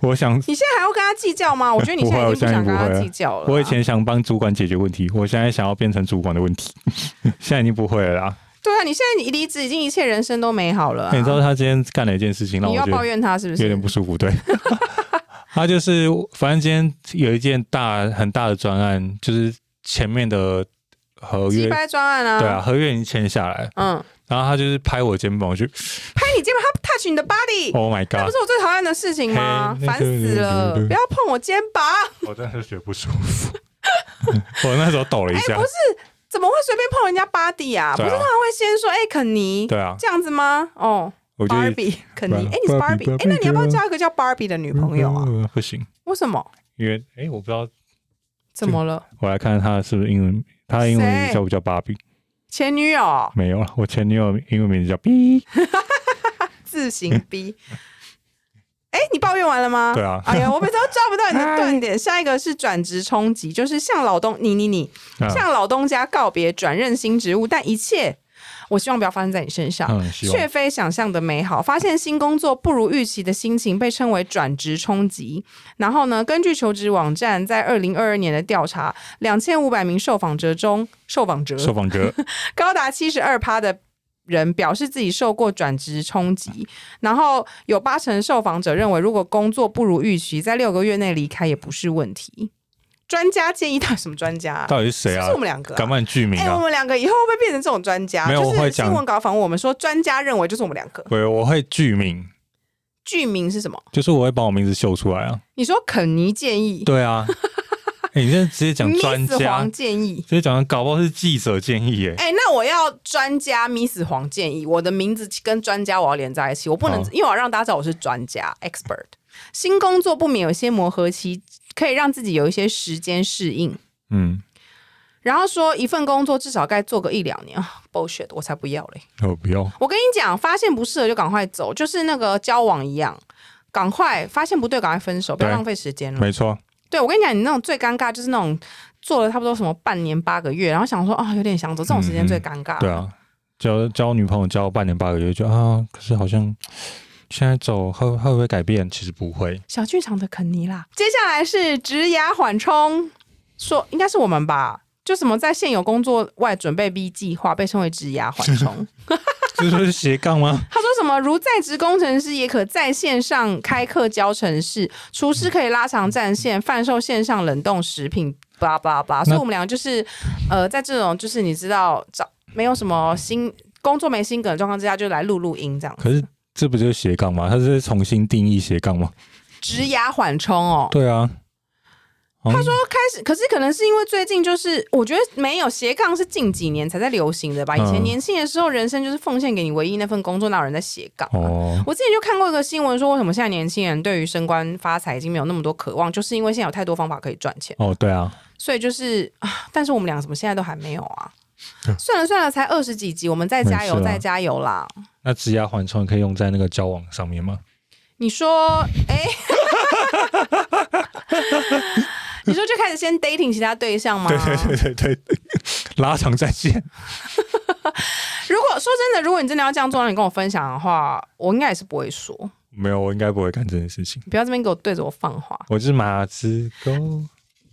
Speaker 2: 我想，
Speaker 1: 你现在还要跟他计较吗？我觉得你现在已经不想跟他计较了啊。
Speaker 2: 我以前想帮主管解决问题，我现在想要变成主管的问题， 现在已经不会了啦。
Speaker 1: 对啊，你现在你离职已经一切人生都美好了啊、
Speaker 2: 哎你知道他今天干了一件事情，让
Speaker 1: 你
Speaker 2: 我
Speaker 1: 又要
Speaker 2: 觉
Speaker 1: 抱
Speaker 2: 得
Speaker 1: 怨他是不是？
Speaker 2: 有点不舒服。对， 他就是反正今天有一件大很大的专案，就是前面的合
Speaker 1: 击
Speaker 2: 约，
Speaker 1: 败专案啊。
Speaker 2: 对啊，合约已经签下来，
Speaker 1: 嗯，
Speaker 2: 然后他就是拍我肩膀，我就
Speaker 1: 拍你肩膀，他 touch 你的 body，、
Speaker 2: Oh my
Speaker 1: 哎那
Speaker 2: God，
Speaker 1: 不是我最讨厌的事情吗？
Speaker 2: 嘿
Speaker 1: 烦死了！
Speaker 2: 对对对对对
Speaker 1: 不要碰我肩膀，
Speaker 2: 我真的是觉得不舒服。 我那时候抖了一下，
Speaker 1: 哎不是怎么会随便碰人家 body 啊？不
Speaker 2: 对啊
Speaker 1: 是他会先说哎、肯尼
Speaker 2: 对啊，
Speaker 1: 这样子吗？哦
Speaker 2: 我就
Speaker 1: ，Barbie 肯尼，
Speaker 2: Barbie，
Speaker 1: 哎、你是
Speaker 2: 啊 Barbie，啊
Speaker 1: Barbie，哎、那你要不要
Speaker 2: Barbie
Speaker 1: 交一个叫 Barbie 的女朋友啊？
Speaker 2: 嗯不行，
Speaker 1: 为什么？
Speaker 2: 因为哎、我不知道，
Speaker 1: 怎么了？
Speaker 2: 我来看看他是不是英文，他的英文名字叫不叫芭比？
Speaker 1: 前女友
Speaker 2: 没有了，我前女友英文名字叫 B。
Speaker 1: 自 行逼。哎、你抱怨完了吗？
Speaker 2: 对啊哎
Speaker 1: 哎呀，我每次都抓不 到你的断点。下一个是转职冲击，就是向老东你你你
Speaker 2: 啊
Speaker 1: 向老东家告别，转任新职务，但一切我希望不要发生在你身上。
Speaker 2: 嗯，希
Speaker 1: 却
Speaker 2: 望
Speaker 1: 非想象的美好。发现新工作不如预期的心情被称为转职冲击。然后呢，根据求职网站在二零二二年的调查，两千五百名受访者中，受访者
Speaker 2: 受访者
Speaker 1: 高达七十二趴的人表示自己受过转职冲击，然后有八成受访者认为，如果工作不如预期，在六个月内离开也不是问题。专家建议到底什么专家、啊？
Speaker 2: 到底是谁
Speaker 1: 是不
Speaker 2: 啊
Speaker 1: 是我？们两个、
Speaker 2: 敢
Speaker 1: 啊？
Speaker 2: 不敢具名
Speaker 1: 哎、我
Speaker 2: 啊？
Speaker 1: 们两个以后会不会变成这种专家？
Speaker 2: 没有
Speaker 1: 就
Speaker 2: 我
Speaker 1: 是
Speaker 2: 会讲
Speaker 1: 新闻稿访问我们说，专家认为就是我们两个。
Speaker 2: 对，我会具名，
Speaker 1: 剧名是什么？
Speaker 2: 就是我会把我名字秀出来啊。
Speaker 1: 你说肯尼建议，
Speaker 2: 对 啊，哎，你这直接讲
Speaker 1: Miss
Speaker 2: 专家，
Speaker 1: 黄
Speaker 2: 直
Speaker 1: 建议。
Speaker 2: 接讲搞不好是记者建议耶。
Speaker 1: 哎、那我要专家 Miss 黄建议，我的名字跟专家我要连在一起，我不能
Speaker 2: 好，
Speaker 1: 因为我要让大家知道我是专家 expert。新工作不免有一些磨合期，可以让自己有一些时间适应。
Speaker 2: 嗯，
Speaker 1: 然后说一份工作至少该做个一两年啊，bullshit，我才不要嘞！
Speaker 2: 我哦不用，
Speaker 1: 我跟你讲，发现不适合就赶快走，就是那个交往一样，赶快发现不对，赶快分手，不要
Speaker 2: 对
Speaker 1: 浪费时间了。哦
Speaker 2: 没错，
Speaker 1: 对，我跟你讲，你那种最尴尬就是那种做了差不多什么半年八个月，然后想说啊、有点想走，这种时间最尴尬。
Speaker 2: 对啊，交交女朋友交半年八个月，就啊，可是好像现在走会会不会改变？其实不会，
Speaker 1: 小剧场的肯尼啦。接下来是职涯缓冲，说应该是我们吧。就什么在现有工作外准备 B 计划，被称为职涯缓冲。
Speaker 2: 这就是斜杠吗？
Speaker 1: 他说什么如在职工程师也可在线上开课教程式，厨师可以拉长战线，贩售线上冷冻食品，叭叭叭。所以我们俩就是呃，在这种就是你知道找没有什么新工作没新梗的状况之下，就来录录音这样。
Speaker 2: 可是这不就是斜杠吗？他是重新定义斜杠吗？
Speaker 1: 职涯缓冲哦。
Speaker 2: 对啊，他说
Speaker 1: 开始，可是可能是因为最近就是，我觉得没有斜杠是近几年才在流行的吧。以前
Speaker 2: 嗯
Speaker 1: 年轻的时候，人生就是奉献给你唯一那份工作，哪有人在斜杠、啊？
Speaker 2: 哦，
Speaker 1: 我之前就看过一个新闻，说为什么现在年轻人对于升官发财已经没有那么多渴望，就是因为现在有太多方法可以赚钱，
Speaker 2: 哦，对啊，
Speaker 1: 所以就是啊，但是我们俩怎么现在都还没有 啊？算了算了，才二十几集，我们再加油，
Speaker 2: 没事啊
Speaker 1: 再加油啦！
Speaker 2: 那职涯缓冲可以用在那个交往上面吗？
Speaker 1: 你说，哎、 你说就开始先 dating 其他对象吗？
Speaker 2: 对对对对对，拉长战线。
Speaker 1: 如果说真的，如果你真的要这样做，让你跟我分享的话，我应该也是不会说。
Speaker 2: 没有，我应该不会干这件事情。
Speaker 1: 你不要这边给我对着我放话。
Speaker 2: 我是马子狗。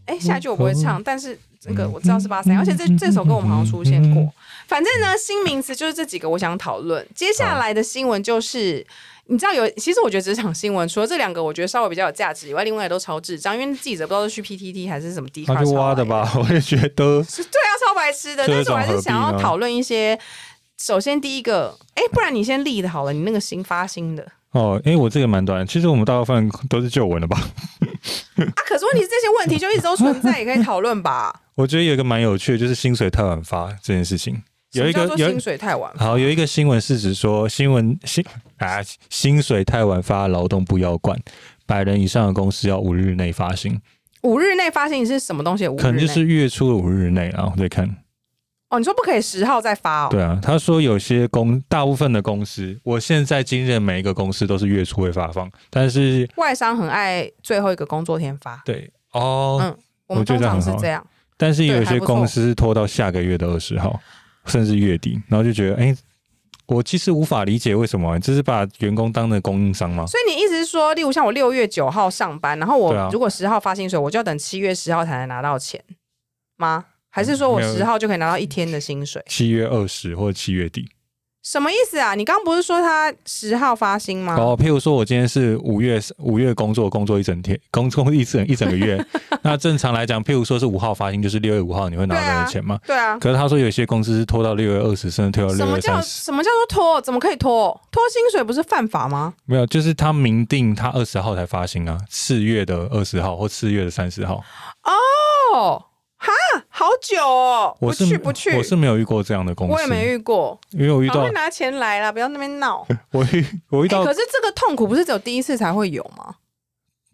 Speaker 1: 哎，下一句我不会
Speaker 2: 嗯
Speaker 1: 唱，但是这个我知道是八三，而且这这首歌我们好像出现过。反正呢，新名词就是这几个我想讨论。接下来的新闻就是。你知道有，其实我觉得职场新闻除了这两个，我觉得稍微比较有价值以外，另外都超智障，因为记者不知道是去 PTT 还是什么 D 卡
Speaker 2: 他就挖的吧， 我也觉得
Speaker 1: 是对啊，超白痴的。
Speaker 2: 这
Speaker 1: 但
Speaker 2: 有
Speaker 1: 是我还
Speaker 2: 种
Speaker 1: 是
Speaker 2: 何
Speaker 1: 想要
Speaker 2: 必呢
Speaker 1: 讨论一些。首先第一个，哎，不然你先立的好了，你那个新发新的啊。
Speaker 2: 哦，因为我这个蛮短的，其实我们大部分都是旧闻了吧？
Speaker 1: 可是问题是这些问题就一直都存在，也可以讨论吧。
Speaker 2: 我觉得有一个蛮有趣的，就是薪水太晚发这件事情。 有一
Speaker 1: 什
Speaker 2: 个
Speaker 1: 么叫做
Speaker 2: 有
Speaker 1: 薪水太晚了，
Speaker 2: 好有一个新闻是指说新闻薪啊薪水太晚发，劳动部要管，百人以上的公司要五日内发薪，
Speaker 1: 五日内发薪是什么东西？五日内
Speaker 2: 可能就是月初的五日内啊。我再看，
Speaker 1: 哦，你说不可以十号再发哦？
Speaker 2: 对啊，他说有些公大部分的公司，我现在经任每一个公司都是月初会发放，但是
Speaker 1: 外商很爱最后一个工作天发，
Speaker 2: 对哦，
Speaker 1: 嗯我们
Speaker 2: 我觉
Speaker 1: 通
Speaker 2: 得
Speaker 1: 常
Speaker 2: 很
Speaker 1: 是
Speaker 2: 好
Speaker 1: 这样。
Speaker 2: 但是也有
Speaker 1: 对还
Speaker 2: 些
Speaker 1: 不错
Speaker 2: 公司是拖到下个月的二十号，甚至月底，然后就觉得，哎、我其实无法理解为什么，这是把员工当成供应商吗？
Speaker 1: 所以你意思是说，例如像我六月九号上班，然后我
Speaker 2: 对啊
Speaker 1: 如果十号发薪水，我就要等七月十号才能拿到钱吗？还是说我
Speaker 2: 嗯没有
Speaker 1: 十号就可以拿到一天的薪水？
Speaker 2: 七月二十或者七月底。
Speaker 1: 什么意思啊？你刚不是说他十号发薪吗？
Speaker 2: 哦，譬如说我今天是五月五月工作，工作一整天，工作一整一整 个月。那正常来讲，譬如说是五号发薪，就是六月五号你会拿到
Speaker 1: 对啊
Speaker 2: 那个钱吗？
Speaker 1: 对啊，
Speaker 2: 可是他说有些公司是拖到六月二十，甚至拖到
Speaker 1: 什
Speaker 2: 六
Speaker 1: 么
Speaker 2: 月
Speaker 1: 叫
Speaker 2: 三十。
Speaker 1: 什么叫做拖？怎么可以拖？拖薪水不是犯法吗？
Speaker 2: 没有，就是他明定他二十号才发薪啊，四月的二十号或四月的三十号。
Speaker 1: 哦，哈，好久哦，
Speaker 2: 我
Speaker 1: 不
Speaker 2: 是
Speaker 1: 去不去，
Speaker 2: 我是没有遇过这样的公司，
Speaker 1: 我也没遇过，
Speaker 2: 因为我遇
Speaker 1: 赶
Speaker 2: 到
Speaker 1: 快拿钱来啦，不要那边闹。
Speaker 2: 我遇我遇
Speaker 1: 欸
Speaker 2: 到、
Speaker 1: 可是这个痛苦不是只有第一次才会有吗？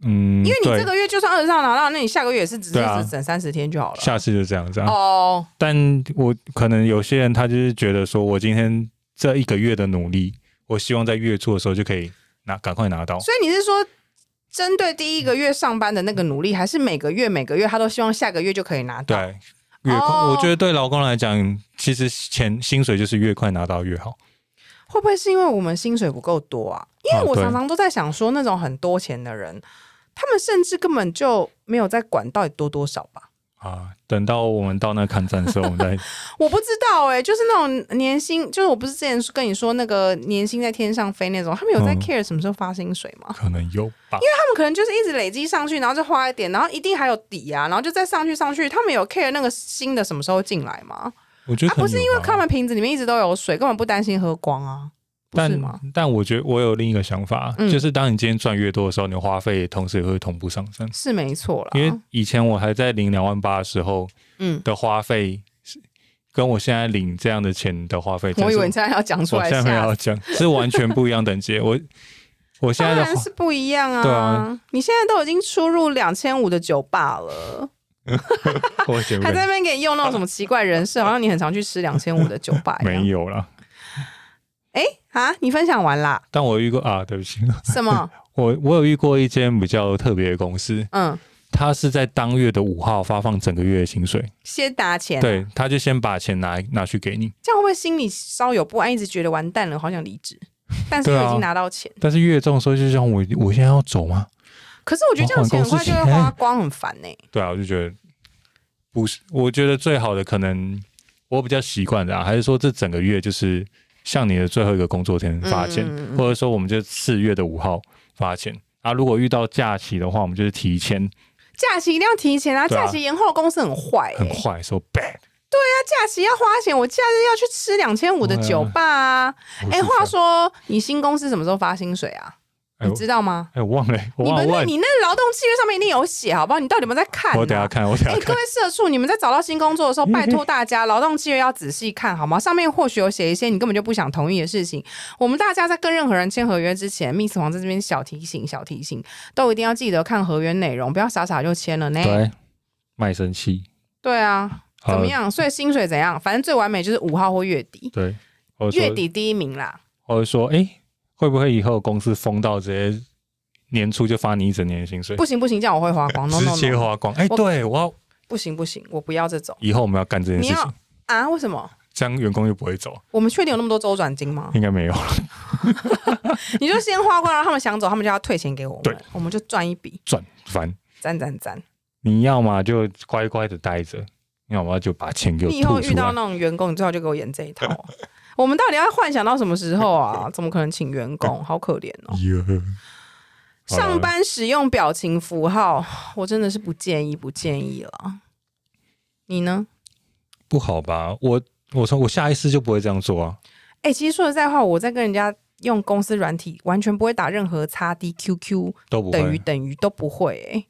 Speaker 2: 嗯，
Speaker 1: 因为你
Speaker 2: 对
Speaker 1: 这个月就算二十号拿到，那你下个月也是只是
Speaker 2: 对啊
Speaker 1: 只整三十天就好了。
Speaker 2: 下次就这样子啊。
Speaker 1: 哦，
Speaker 2: 但我可能有些人他就是觉得说我今天这一个月的努力，我希望在月初的时候就可以拿赶快拿到。
Speaker 1: 所以你是说针对第一个月上班的那个努力，还是每个月每个月他都希望下个月就可以拿到？
Speaker 2: 对，月快，
Speaker 1: 哦
Speaker 2: 我觉得对劳工来讲，其实钱薪水就是越快拿到越好。
Speaker 1: 会不会是因为我们薪水不够多啊？因为
Speaker 2: 啊
Speaker 1: 我
Speaker 2: 对
Speaker 1: 常常都在想说，那种很多钱的人，他们甚至根本就没有在管到底多多少吧。
Speaker 2: 啊，等到我们到那抗战的时候，我们再
Speaker 1: 我不知道哎、就是那种年薪，就是我不是之前跟你说那个年薪在天上飞那种，他们有在
Speaker 2: 嗯
Speaker 1: care 什么时候发薪水吗？
Speaker 2: 可能有吧。
Speaker 1: 他们可能就是一直累积上去，然后再花一点，然后一定还有底啊，然
Speaker 2: 嗯
Speaker 1: 后就再上去上去。他们有 care 那个新的什么时候进来吗？
Speaker 2: 我觉得
Speaker 1: 啊，不是因为
Speaker 2: 抗
Speaker 1: 他们瓶子里面一直都有水，根本不担心喝光啊，不是
Speaker 2: 但
Speaker 1: 吗？
Speaker 2: 但我觉得我有另一个想法，
Speaker 1: 嗯
Speaker 2: 就是当你今天赚越多的时候，你的花费同时也会同步上升。
Speaker 1: 是没错啦，
Speaker 2: 因为以前我还在领两万八的时候
Speaker 1: 嗯，
Speaker 2: 的花费，是跟我现在领这样的钱的花费，真
Speaker 1: 我
Speaker 2: 是
Speaker 1: 以为你现在要讲出
Speaker 2: 我
Speaker 1: 来
Speaker 2: 现在没有
Speaker 1: 吓
Speaker 2: 要
Speaker 1: 死，
Speaker 2: 讲，是完全不一样等级。我我现
Speaker 1: 当
Speaker 2: 在的
Speaker 1: 然
Speaker 2: 花
Speaker 1: 是不一样啊。
Speaker 2: 对啊
Speaker 1: 你现在都已经出入两千五的酒吧了，
Speaker 2: 我觉
Speaker 1: 还在啊
Speaker 2: 得
Speaker 1: 那边给你用那种什么奇怪人设，好像你很常去吃两千五的酒吧一样。
Speaker 2: 没有啦。
Speaker 1: 哎啊，你分享完 啦？
Speaker 2: 但我遇过啊，对不起，
Speaker 1: 什么？
Speaker 2: 我我有遇过一间比较特别的公司，
Speaker 1: 嗯，
Speaker 2: 它是在当月的五号发放整个月的薪水，
Speaker 1: 先打钱、啊。
Speaker 2: 对，他就先把钱拿拿去给你，
Speaker 1: 这样会不会心里稍有不安，一直觉得完蛋了，好想离职，但是
Speaker 2: 对
Speaker 1: 又
Speaker 2: 啊
Speaker 1: 已经拿到钱。
Speaker 2: 但是月中的时候就像我我现在要走吗？
Speaker 1: 可是我觉得这样的
Speaker 2: 哦
Speaker 1: 钱很快就会花光，很烦呢、
Speaker 2: 对啊，我就觉得不是，我觉得最好的可能我比较习惯的啊，还是说这整个月就是像你的最后一个工作天发钱，
Speaker 1: 嗯嗯嗯嗯
Speaker 2: 或者说我们就四月的五号发钱啊。如果遇到假期的话，我们就是提前，
Speaker 1: 假期一定要提前啊！
Speaker 2: 对啊
Speaker 1: 假期延后公司很坏、欸，
Speaker 2: 很快说 bad。
Speaker 1: 那假期要花钱，我假日要去吃两千五的酒吧啊！哎、话说你新公司什么时候发薪水啊？
Speaker 2: 哎
Speaker 1: 你
Speaker 2: 我
Speaker 1: 知道吗？
Speaker 2: 哎，我忘了，我
Speaker 1: 你
Speaker 2: 忘
Speaker 1: 们
Speaker 2: 了
Speaker 1: 那
Speaker 2: 问，
Speaker 1: 你那劳动契约上面一定有写，好不好？你到底有没有在看、啊？
Speaker 2: 我等下看，我等
Speaker 1: 哎、
Speaker 2: 下
Speaker 1: 各
Speaker 2: 看嗯
Speaker 1: 位。社畜，你们在找到新工作的时候，拜托大家，劳动契约要仔细看好吗？上面或许有写一些你根本就不想同意的事情。我们大家在跟任何人签合约之前，Miss 黄在这边小提醒、小提醒，都一定要记得看合约内容，不要傻傻就签了呢。
Speaker 2: 对，卖身契，
Speaker 1: 对啊，怎么
Speaker 2: 好
Speaker 1: 样？所以薪水怎样？反正最完美就是五号或月底，
Speaker 2: 对，或者
Speaker 1: 月
Speaker 2: 说，
Speaker 1: 底第一名啦。
Speaker 2: 或者说，哎，会不会以后公司封到直接年初就发你一整年的薪水，
Speaker 1: 不行不行，这样我会花光。No
Speaker 2: 直
Speaker 1: no
Speaker 2: 接
Speaker 1: no，
Speaker 2: 花光。哎、
Speaker 1: 我
Speaker 2: 对我要
Speaker 1: 不行不行，我不要这种。
Speaker 2: 以后我们要干这件
Speaker 1: 你
Speaker 2: 事情
Speaker 1: 要，啊？为什么？
Speaker 2: 这样员工又不会走，
Speaker 1: 我们确定有那么多周转金吗？
Speaker 2: 应该没有。
Speaker 1: 你就先花光，让他们想走，他们就要退钱给我
Speaker 2: 对
Speaker 1: 们，我们就赚一笔，
Speaker 2: 赚烦。
Speaker 1: 赞赞赞。
Speaker 2: 你要嘛就乖乖的待着，要么就把钱给我
Speaker 1: 你以后
Speaker 2: 吐
Speaker 1: 遇
Speaker 2: 出
Speaker 1: 到
Speaker 2: 来。
Speaker 1: 那种员工，你最好就给我演这 一套。我们到底要幻想到什么时候啊？怎么可能请员 工？好可怜哦！
Speaker 2: 哟好了
Speaker 1: 上班使用表情符号，我真的是不建议，不建议了。你呢？
Speaker 2: 不好吧？我我从我下一次就不会这样做啊。
Speaker 1: 哎、其实说实在话，我在跟人家用公司软体，完全不会打任何叉 D、QQ
Speaker 2: 都不
Speaker 1: 等于
Speaker 2: 会。
Speaker 1: 等于都不会、欸。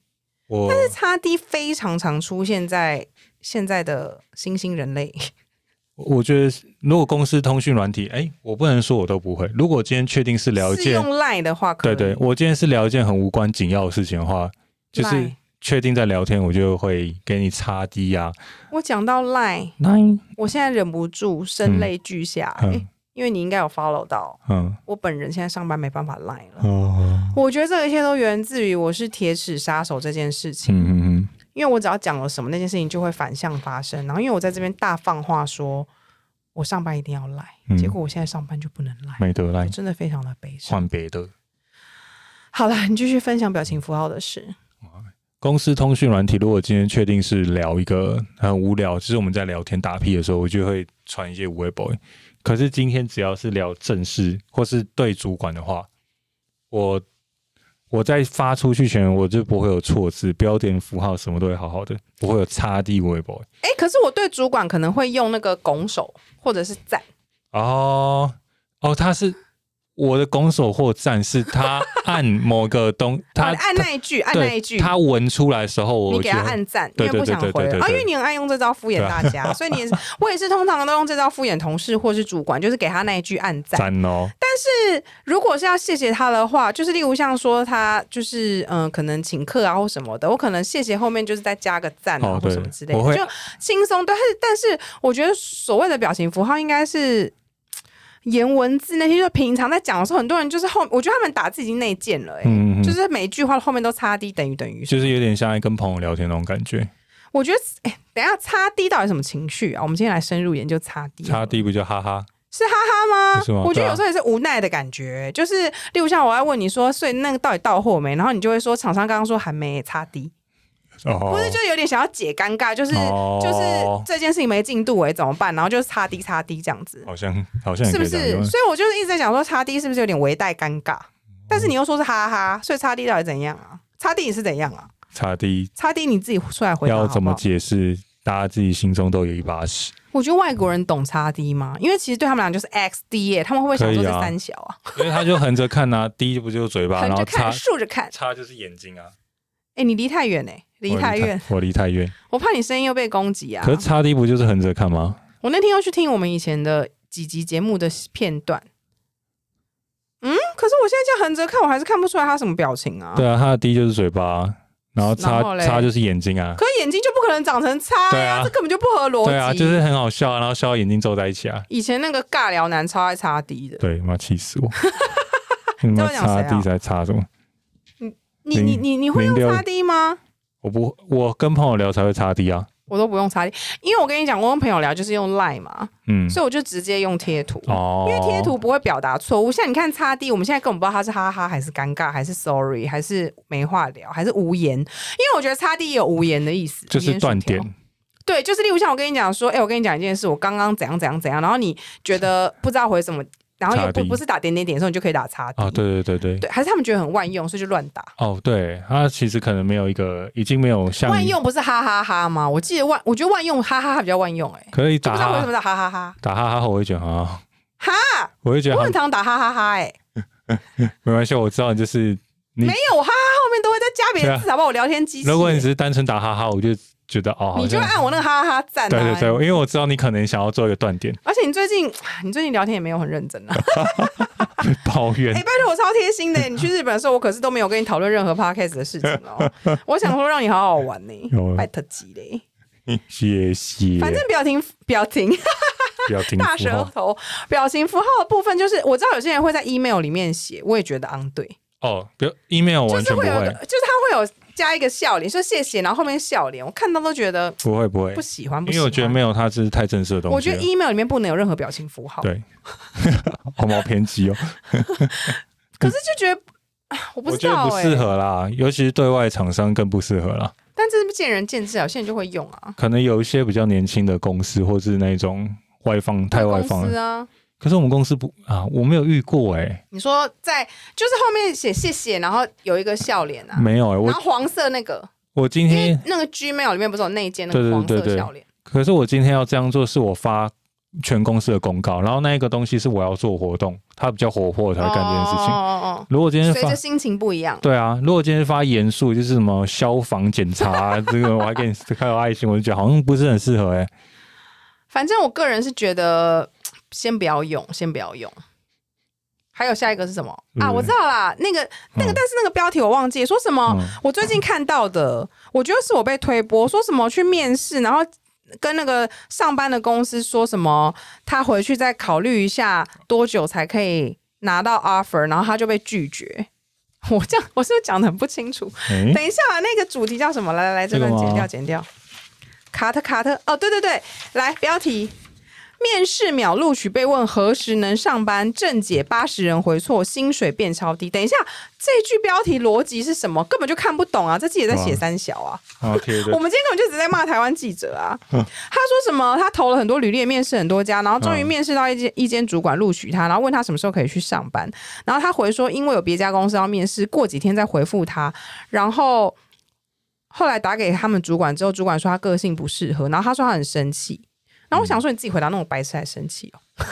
Speaker 2: 我
Speaker 1: 哎，叉 D 非常常出现在现在的新兴人类。
Speaker 2: 我觉得，如果公司通讯软体，哎、我不能说我都不会。如果今天确定是聊一
Speaker 1: 是
Speaker 2: 件，
Speaker 1: 用赖的话可
Speaker 2: 对
Speaker 1: 以，
Speaker 2: 对，我今天是聊一件很无关紧要的事情的话，就是
Speaker 1: 赖
Speaker 2: 确定在聊天，我就会给你插低啊。
Speaker 1: 我讲到赖，
Speaker 2: 那
Speaker 1: 我现在忍不住声泪俱下、欸
Speaker 2: 嗯
Speaker 1: 因为你应该有 follow 到，
Speaker 2: 嗯
Speaker 1: 我本人现在上班没办法赖了。
Speaker 2: 哦
Speaker 1: 我觉得这一切都源自于我是铁齿杀手这件事情，
Speaker 2: 嗯嗯嗯，
Speaker 1: 因为我只要讲了什么，那件事情就会反向发生。然后因为我在这边大放话说，我上班一定要赖，
Speaker 2: 嗯
Speaker 1: 结果我现在上班就不能赖，
Speaker 2: 没得
Speaker 1: 我
Speaker 2: 来
Speaker 1: 真的非常的悲伤。
Speaker 2: 换别的。
Speaker 1: 好了，你继续分享表情符号的事。
Speaker 2: 公司通讯软体，如果今天确定是聊一个很无聊，就是我们在聊天打屁的时候，我就会传一些无微博。可是今天只要是聊正事或是对主管的话，我我在发出去前，我就不会有错字、标点符号，什么都会好好的，不会有差地微博。
Speaker 1: 哎、可是我对主管可能会用那个拱手或者是赞，
Speaker 2: 哦哦，他是我的拱手或赞，是他按某个东，他
Speaker 1: 哦按那一句，按
Speaker 2: 对
Speaker 1: 那一句，
Speaker 2: 他闻出来的时候，我
Speaker 1: 你给他
Speaker 2: 觉得
Speaker 1: 按赞，因
Speaker 2: 对
Speaker 1: 为不
Speaker 2: 对对
Speaker 1: 想
Speaker 2: 对
Speaker 1: 回
Speaker 2: 对
Speaker 1: 啊，
Speaker 2: 对
Speaker 1: 因为你很爱用这招敷衍
Speaker 2: 对啊
Speaker 1: 大 家，所以你也是，我也是通常都用这招敷衍同事或是主管，就是给他那一句暗赞。
Speaker 2: 赞哦，
Speaker 1: 是如果是要谢谢他的话，就是例如像说他就是嗯、呃可能请客啊或什么的，我可能谢谢后面就是再加个赞啊、
Speaker 2: 哦
Speaker 1: 或
Speaker 2: 对
Speaker 1: 什么之类
Speaker 2: 我
Speaker 1: 的，
Speaker 2: 会
Speaker 1: 就轻松。但是但是我觉得所谓的表情符号应该是。颜文字那些，就是平常在讲的时候，很多人就是后，我觉得他们打字已经内建了、欸，
Speaker 2: 嗯嗯嗯
Speaker 1: 就是每一句话后面都插 d 等于等于，
Speaker 2: 就是有点像在跟朋友聊天那种感觉。
Speaker 1: 我觉得，哎、等一下，擦低到底什么情绪啊？我们今天来深入研究擦低，
Speaker 2: 擦地不就哈哈？
Speaker 1: 是哈哈吗？
Speaker 2: 是吗
Speaker 1: 我觉
Speaker 2: 对
Speaker 1: 得
Speaker 2: 啊
Speaker 1: 有时候也是无奈的感觉，就是例如像我要问你说，所以那个到底到货没？然后你就会说厂商刚刚说还没擦低，
Speaker 2: 哦，
Speaker 1: 不是就有点想要解尴尬，就是、
Speaker 2: 哦
Speaker 1: 就是这件事情没进度哎、怎么办？然后就是擦低擦低这样子，
Speaker 2: 好像好像也
Speaker 1: 是
Speaker 2: 可
Speaker 1: 不
Speaker 2: 以
Speaker 1: 是？
Speaker 2: 这样用
Speaker 1: 所以我就是一直在想说擦低是不是有点微带尴尬？
Speaker 2: 嗯
Speaker 1: 但是你又说是哈哈，所以擦低到底怎样啊？擦低你是怎样啊？
Speaker 2: 擦地
Speaker 1: 擦低你自己出来回答好
Speaker 2: 要
Speaker 1: 不好
Speaker 2: 怎么解释？大家自己心中都有一 把尺。
Speaker 1: 我觉得外国人懂叉 D 吗？因为其实对他们俩就是 X D 耶、他们会不会想说
Speaker 2: 可
Speaker 1: 是
Speaker 2: 以啊
Speaker 1: 三小啊？
Speaker 2: 因为他就横着看啊，低不就是嘴巴，
Speaker 1: 横
Speaker 2: 然后
Speaker 1: 着
Speaker 2: 擦
Speaker 1: 看，竖着看。
Speaker 2: 擦就是眼睛啊，
Speaker 1: 哎、你离太远哎、离太远，
Speaker 2: 我离太远。
Speaker 1: 我怕你声音又被攻击啊
Speaker 2: 可！是擦低不就是横着看吗？
Speaker 1: 我那天又去听我们以前的几集节目的片段，嗯，可是我现在这样横着看，我还是看不出来他什么表情啊。
Speaker 2: 对啊，他的低就是嘴巴啊，然
Speaker 1: 然后
Speaker 2: 后擦
Speaker 1: 嘞
Speaker 2: 擦就是眼睛啊。
Speaker 1: 可眼睛就不可能长成叉
Speaker 2: 对
Speaker 1: 呀、
Speaker 2: 啊
Speaker 1: 这根本就不合逻辑。
Speaker 2: 对啊，就是很好笑啊，然后笑到眼睛皱在一起啊。
Speaker 1: 以前那个尬聊男超爱叉 D 的，
Speaker 2: 对，妈 气死我！你妈
Speaker 1: 在讲谁
Speaker 2: 擦
Speaker 1: 啊
Speaker 2: 地在擦什么？
Speaker 1: 你你
Speaker 2: 零
Speaker 1: 你你会
Speaker 2: 零
Speaker 1: 用
Speaker 2: 六
Speaker 1: 叉 D 吗？
Speaker 2: 我不，我跟朋友聊才会擦地啊。
Speaker 1: 我都不用叉 D，因为我跟你讲，我跟朋友聊就是用 Line 嘛，
Speaker 2: 嗯，
Speaker 1: 所以我就直接用贴图。
Speaker 2: 哦，
Speaker 1: 因为贴图不会表达错误，像你看擦 D，我们现在根本不知道他是哈哈还是尴尬还是 sorry 还是没话聊还是无言，因为我觉得擦 D 也有无言的意思，
Speaker 2: 就
Speaker 1: 无
Speaker 2: 是
Speaker 1: 言薯
Speaker 2: 断
Speaker 1: 条
Speaker 2: 点。。
Speaker 1: 对，就是例如像我跟你讲说，哎、我跟你讲一件事，我刚刚怎样怎样怎样，然后你觉得不知道回什么，然后又
Speaker 2: 擦 D
Speaker 1: 不不是打点点点的时候，你就可以打擦 D。
Speaker 2: 啊，对对对对，
Speaker 1: 对，还是他们觉得很万用，所以就乱打。
Speaker 2: 哦，对，它其实可能没有一个，已经没有像
Speaker 1: 万，用不是哈哈哈吗？我记得万，我觉得万用哈哈哈比较万用、哎，
Speaker 2: 可以
Speaker 1: 就不
Speaker 2: 打
Speaker 1: 知道为
Speaker 2: 哈
Speaker 1: 什么打哈哈哈
Speaker 2: 打哈哈后，我会觉得啊，
Speaker 1: 哈，
Speaker 2: 我会觉得
Speaker 1: 我
Speaker 2: 哈
Speaker 1: 很常打哈哈哈、哎。
Speaker 2: 没关系，我知道你就是，你
Speaker 1: 没有，我哈哈哈后面都会再加别
Speaker 2: 对
Speaker 1: 的
Speaker 2: 啊
Speaker 1: 字，好不好？我聊天机器、
Speaker 2: 如果你
Speaker 1: 哎
Speaker 2: 只是单纯打哈哈，我就觉得哦，好
Speaker 1: 你就
Speaker 2: 像
Speaker 1: 按我那个哈哈哈赞、啊。
Speaker 2: 对对对，因为我知道你可能想要做一个断点，
Speaker 1: 而且你最近， 你最近聊天也没有很认 真啊！
Speaker 2: 抱怨
Speaker 1: 哎、拜托我超贴心的， 你去日本的时候，我可是都没有跟你讨论任何 podcast 的事情 哦。我想说让你好好玩呢、
Speaker 2: 有啊
Speaker 1: 拜特级嘞。
Speaker 2: 谢谢，
Speaker 1: 反正表情 表情
Speaker 2: 不要听
Speaker 1: 大
Speaker 2: 符
Speaker 1: 舌
Speaker 2: 号
Speaker 1: 头表情符号的部分，就是我知道有些人会在 email 里面写，我也觉得昂对，
Speaker 2: 哦，比如 email
Speaker 1: 就
Speaker 2: 完
Speaker 1: 是
Speaker 2: 全不
Speaker 1: 会有，
Speaker 2: 会，
Speaker 1: 就是他会有加一个笑脸，说谢谢，然后后面笑脸，我看到都觉得
Speaker 2: 不会不会
Speaker 1: 不，喜欢，不
Speaker 2: 因
Speaker 1: 喜
Speaker 2: 为
Speaker 1: 欢。
Speaker 2: 我觉得没有它这是太正式的东西了。啊
Speaker 1: 我觉得 email 里面不能有任何表情符号，
Speaker 2: 对， 好毛偏激哦，
Speaker 1: 可是就觉得 啊我不
Speaker 2: 我
Speaker 1: 知
Speaker 2: 觉得
Speaker 1: 道
Speaker 2: 不
Speaker 1: 哎、
Speaker 2: 适合啦，尤其是对外厂商更不适合啦。
Speaker 1: 但这是见仁见智啊，有些人就会用啊，
Speaker 2: 可能有一些比较年轻的公司，或是那种外放太外放
Speaker 1: 公司
Speaker 2: 了，
Speaker 1: 啊。
Speaker 2: 可是我们公司不啊，我没有遇过哎、
Speaker 1: 你说在就是后面写谢谢，然后有一个笑脸啊，
Speaker 2: 没有哎、
Speaker 1: 然
Speaker 2: 我
Speaker 1: 后黄色那个，
Speaker 2: 我今
Speaker 1: 因为
Speaker 2: 天，
Speaker 1: 那个 Gmail 里面不是有那一件那
Speaker 2: 对
Speaker 1: 个
Speaker 2: 对
Speaker 1: 黄
Speaker 2: 对
Speaker 1: 色
Speaker 2: 对
Speaker 1: 笑脸，
Speaker 2: 可是我今天要这样做，是我发全公司的公告，然后那一个东西是我要做活动，它比较活泼，我才会干这件事情。
Speaker 1: 哦哦
Speaker 2: 如果今
Speaker 1: 哦，
Speaker 2: 天
Speaker 1: 随着
Speaker 2: 发
Speaker 1: 心情不一样，
Speaker 2: 对啊，如果今天发严肃，就是什么消防检 查、啊、这个，我还给你还有爱心，我就觉得好像不是很适合哎、
Speaker 1: 反正我个人是觉得先不要用，先不要用。还有下一个是什么
Speaker 2: 对
Speaker 1: 啊？我知道啦，那个那个，
Speaker 2: 嗯
Speaker 1: 但是那个标题我忘记说什么。
Speaker 2: 嗯
Speaker 1: 我最近看到的，我觉得是我被推播，说什么去面试，然后跟那个上班的公司说什么，他回去再考虑一下多久才可以拿到 offer，然后他就被拒绝。 我这样，我是不是讲的很不清楚？
Speaker 2: 诶
Speaker 1: 等一下、啊，那个主题叫什么？来来来，这
Speaker 2: 这个
Speaker 1: 段
Speaker 2: 吗
Speaker 1: 剪掉，剪掉。卡特卡特，哦，对对对，来标题：面试秒录取被问何时能上班，正解八十人回错，薪水变超低。等一下，这句标题逻辑是什么？根本就看不懂啊！这自己在写
Speaker 2: 哇
Speaker 1: 三小啊。
Speaker 2: 好贴
Speaker 1: 我
Speaker 2: 的，
Speaker 1: 们今天根本就只在骂台湾记者啊！他说什么？他投了很多履历，面试很多家，然后终于
Speaker 2: 嗯
Speaker 1: 面试到一间一间主管录取他，然后问他什么时候可以去上班，然后他回说因为有别家公司要面试，过几天再回复他，然后。后来打给他们主管之后，主管说他个性不适合，然后他说他很生气。然后我想说，你自己回答那种白痴还生气哦？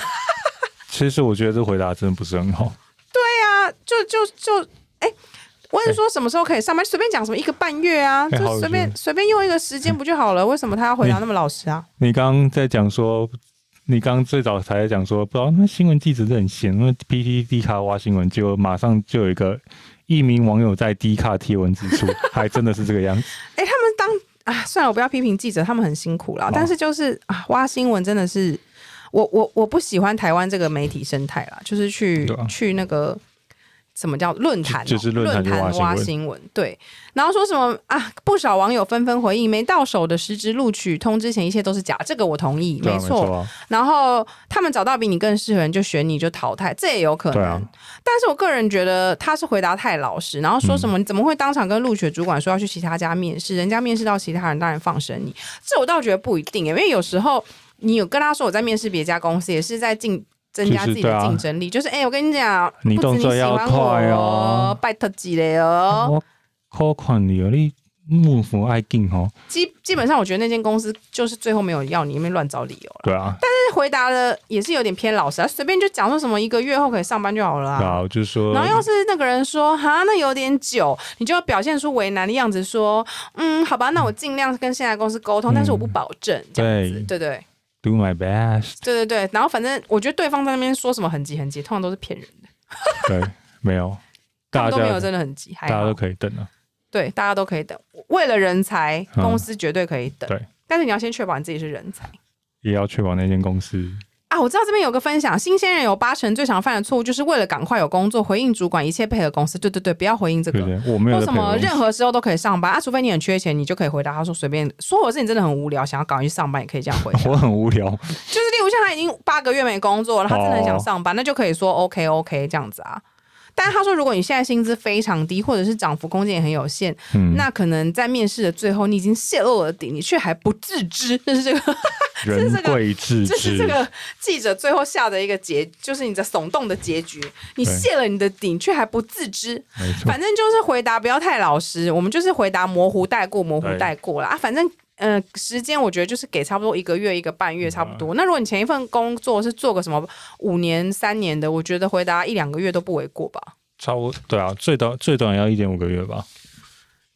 Speaker 2: 其实我觉得这回答真的不是很好。
Speaker 1: 啊，就就就，哎、问说什么时候可以上班，随便讲什么一个半月啊，
Speaker 2: 哎好
Speaker 1: 就
Speaker 2: 恶
Speaker 1: 随便
Speaker 2: 心
Speaker 1: 随便用一个时间不就好了？为什么他要回答那么老实啊？
Speaker 2: 你刚刚在讲说，你刚刚最早才在讲说，不知道那新闻记者真的很闲，因为 PTT 卡挖新闻，结果马上就有一个一名网友在 D 卡贴文指出，还真的是这个样子。
Speaker 1: 哎、他们当啊，算了，我不要批评记者，他们很辛苦啦。
Speaker 2: 哦
Speaker 1: 但是就是啊，挖新闻真的是，我我我不喜欢台湾这个媒体生态啦，就是去、
Speaker 2: 对啊
Speaker 1: 去那个。什么叫论坛哦、
Speaker 2: 就就是论坛就挖新闻
Speaker 1: 挖新闻，对。然后说什么啊？不少网友纷纷回应，没到手的实职录取通知前，一切都是假。这个我同意，
Speaker 2: 对啊，没
Speaker 1: 错。
Speaker 2: 错啊，
Speaker 1: 然后他们找到比你更适合人就选你就淘汰，这也有可能。
Speaker 2: 对啊
Speaker 1: 但是我个人觉得他是回答太老实，然后说什
Speaker 2: 嗯
Speaker 1: 么、你怎么会当场跟录取主管说要去其他家面试，人家面试到其他人当然放生你，这我倒觉得不一定，因为有时候你有跟他说我在面试别家公司，也是在竞。增加
Speaker 2: 就
Speaker 1: 自
Speaker 2: 是
Speaker 1: 己的
Speaker 2: 对啊
Speaker 1: 竞争力，就是哎、我跟你讲，
Speaker 2: 你
Speaker 1: 不止
Speaker 2: 动作要
Speaker 1: 喜欢我
Speaker 2: 快哦
Speaker 1: 拜托几嘞哦。
Speaker 2: 我扣款你有你幕府爱敬哦，
Speaker 1: 基基本上，我觉得那间公司就是最后没有要你，因为乱找理由了。
Speaker 2: 对啊，
Speaker 1: 回答的也是有点偏老实，啊，随便就讲说什么一个月后可以上班就好了、
Speaker 2: 对啊，我就说
Speaker 1: 然后要是那个人说哈，那有点久，你就要表现出为难的样子，说嗯，好吧，那我尽量跟现在公司沟通，
Speaker 2: 嗯
Speaker 1: 但是我不保证这样子，对
Speaker 2: 对
Speaker 1: 对
Speaker 2: do my best，
Speaker 1: 对对对。然后反正我觉得对方在那边说什么很急很急，通常都是骗人的，
Speaker 2: 对，没有，
Speaker 1: 他
Speaker 2: 大
Speaker 1: 们都没有
Speaker 2: 家
Speaker 1: 真的很急，还
Speaker 2: 大家
Speaker 1: 好
Speaker 2: 都可以等啊，
Speaker 1: 对，大家都可以等。为了人才，
Speaker 2: 嗯
Speaker 1: 公司绝对可以等，
Speaker 2: 对
Speaker 1: 但是你要先确保你自己是人才。
Speaker 2: 也要确保那间公司
Speaker 1: 啊，我知道这边有个分享，新鲜人有八成最常犯的错误，就是为了赶快有工作，回应主管一切配合公司。对对对，不要回应这
Speaker 2: 对
Speaker 1: 个
Speaker 2: 不。对？我没有
Speaker 1: 或
Speaker 2: 在
Speaker 1: 什
Speaker 2: 陪
Speaker 1: 么
Speaker 2: 我
Speaker 1: 任何时候都可以上班啊，除非你很缺钱，你就可以回答他说随便说我是你真的很无聊，想要赶快去上班，也可以这样 回答。
Speaker 2: 我很无聊，
Speaker 1: 就是例如像他已经八个月没工作了，他真的很
Speaker 2: 哦
Speaker 1: 想上班，那就可以说 OK OK 这样子啊。但是他说，如果你现在薪资非常低，或者是涨幅空间也很有限，
Speaker 2: 嗯，
Speaker 1: 那可能在面试的最后，你已经泄露了底，你却还不自知，这是这个
Speaker 2: 人
Speaker 1: 这个
Speaker 2: 贵自
Speaker 1: 这是
Speaker 2: 知
Speaker 1: 这，个记者最后下的一个结，就是你的耸动的结局。你
Speaker 2: 对
Speaker 1: 泄了你的底，却还不自知。
Speaker 2: 没错，
Speaker 1: 反正就是回答不要太老实，我们就是回答模糊带过，模糊带过了啊。反正呃，时间我觉得就是给差不多一个月、一个半月差不多。那如果你前一份工作是做个什么五年、三年的，我觉得回答一两个月都不为过吧。
Speaker 2: 差不多，对啊，最短最短要一点五个月吧。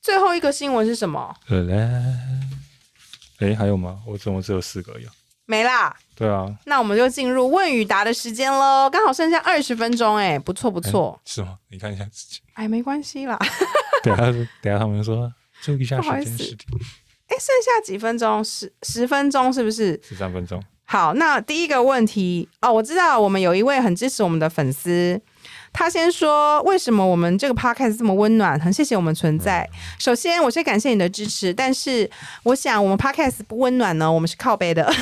Speaker 1: 最后一个新闻是什么？
Speaker 2: 对嘞，诶，还有吗？我怎么只有四个呀？
Speaker 1: 没啦。
Speaker 2: 对啊，
Speaker 1: 那我们就进入问与答的时间喽，刚好剩下二十分钟，哎，不错不错，
Speaker 2: 是吗？你看一下自己。
Speaker 1: 哎，没关系啦。
Speaker 2: 等一下等一下他们就说注意一下
Speaker 1: 不好意
Speaker 2: 时
Speaker 1: 思
Speaker 2: 间时间，
Speaker 1: 哎，剩下几分钟？十十分钟是不是？
Speaker 2: 十三分钟。
Speaker 1: 好，那第一个问题哦，我知道我们有一位很支持我们的粉丝，他先说为什么我们这个 podcast 这么温暖，很谢谢我们存在。首先，我先感谢你的支持，但是我想我们 podcast 不温暖呢，我们是靠背的。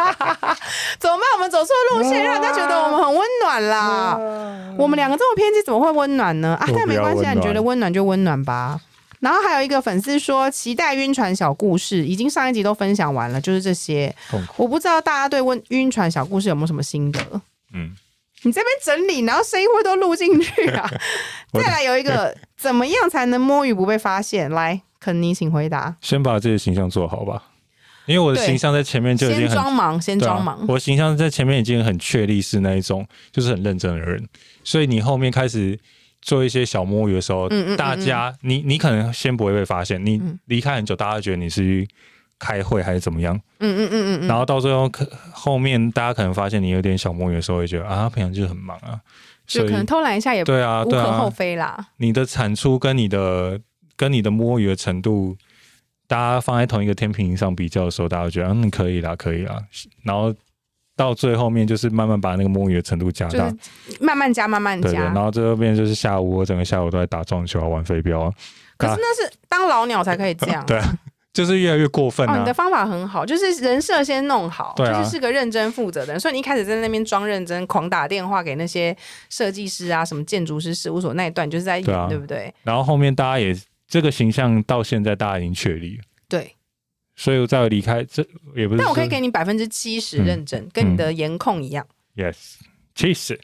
Speaker 1: 怎么办？我们走错路线，让人家觉得我们很温暖啦。我们两个这么偏激，怎么会温暖呢？啊
Speaker 2: 我，不
Speaker 1: 但没
Speaker 2: 要
Speaker 1: 关系啊，
Speaker 2: 温
Speaker 1: 你觉
Speaker 2: 暖
Speaker 1: 得温暖就温暖吧。然后还有一个粉丝说，期待晕船小故事，已经上一集都分享完了，就是这些
Speaker 2: 痛苦。
Speaker 1: 我不知道大家对温晕船小故事有没有什么心得？
Speaker 2: 嗯，
Speaker 1: 你这边整理，然后声音会都录进去 啊。 再来有一个，怎么样才能摸鱼不被发现？来，肯尼，请回答。
Speaker 2: 先把自己的形象做好吧，因为我的
Speaker 1: 对
Speaker 2: 形象在前面就已
Speaker 1: 先
Speaker 2: 经很
Speaker 1: 装忙，先
Speaker 2: 对
Speaker 1: 装
Speaker 2: 啊
Speaker 1: 忙。，
Speaker 2: 我形象在前面已经很确立是那一种，就是很认真的人，所以你后面开始做一些小摸鱼的时候，
Speaker 1: 嗯嗯嗯
Speaker 2: 大家你你可能先不会被发现，你
Speaker 1: 嗯
Speaker 2: 离开很久，大家觉得你是去开会还是怎么样，
Speaker 1: 嗯嗯嗯嗯嗯。
Speaker 2: 然后到最后可后面大家可能发现你有点小摸鱼的时候，会觉得啊，他平常就是很忙啊，
Speaker 1: 就
Speaker 2: 所
Speaker 1: 可
Speaker 2: 以
Speaker 1: 能偷懒一下也
Speaker 2: 对啊
Speaker 1: 无
Speaker 2: 对
Speaker 1: 可厚
Speaker 2: 啊，
Speaker 1: 非啦。
Speaker 2: 你的产出跟你的跟你的摸鱼的程度。大家放在同一个天平上比较的时候，大家会觉得嗯可以啦，可以啦，然后到最后面就是慢慢把那个摸鱼的程度加
Speaker 1: 就
Speaker 2: 大，
Speaker 1: 是慢慢加，慢慢
Speaker 2: 啊对对。
Speaker 1: 加
Speaker 2: 然。后最后面就是下午，我整个下午都在打撞球啊、玩飞镖啊，
Speaker 1: 可是那是当老鸟才可以这样。
Speaker 2: 对啊，就是越来越过分
Speaker 1: 嗯哦，你
Speaker 2: 啊
Speaker 1: 的。方法很好，就是人设先弄好，
Speaker 2: 对啊
Speaker 1: 就是是个认真负责的人。所以你一开始在那边装认真，狂打电话给那些设计师啊、什么建筑师事务所那一段，你就是在演，
Speaker 2: 对啊
Speaker 1: 对不对？
Speaker 2: 然后后面大家也这个形象到现在大家已经确立了，
Speaker 1: 对。
Speaker 2: 所以我在我离开这也不是说，
Speaker 1: 但我可以给你百分之七十
Speaker 2: 嗯
Speaker 1: 认真，跟你的颜控一样。
Speaker 2: yes，其实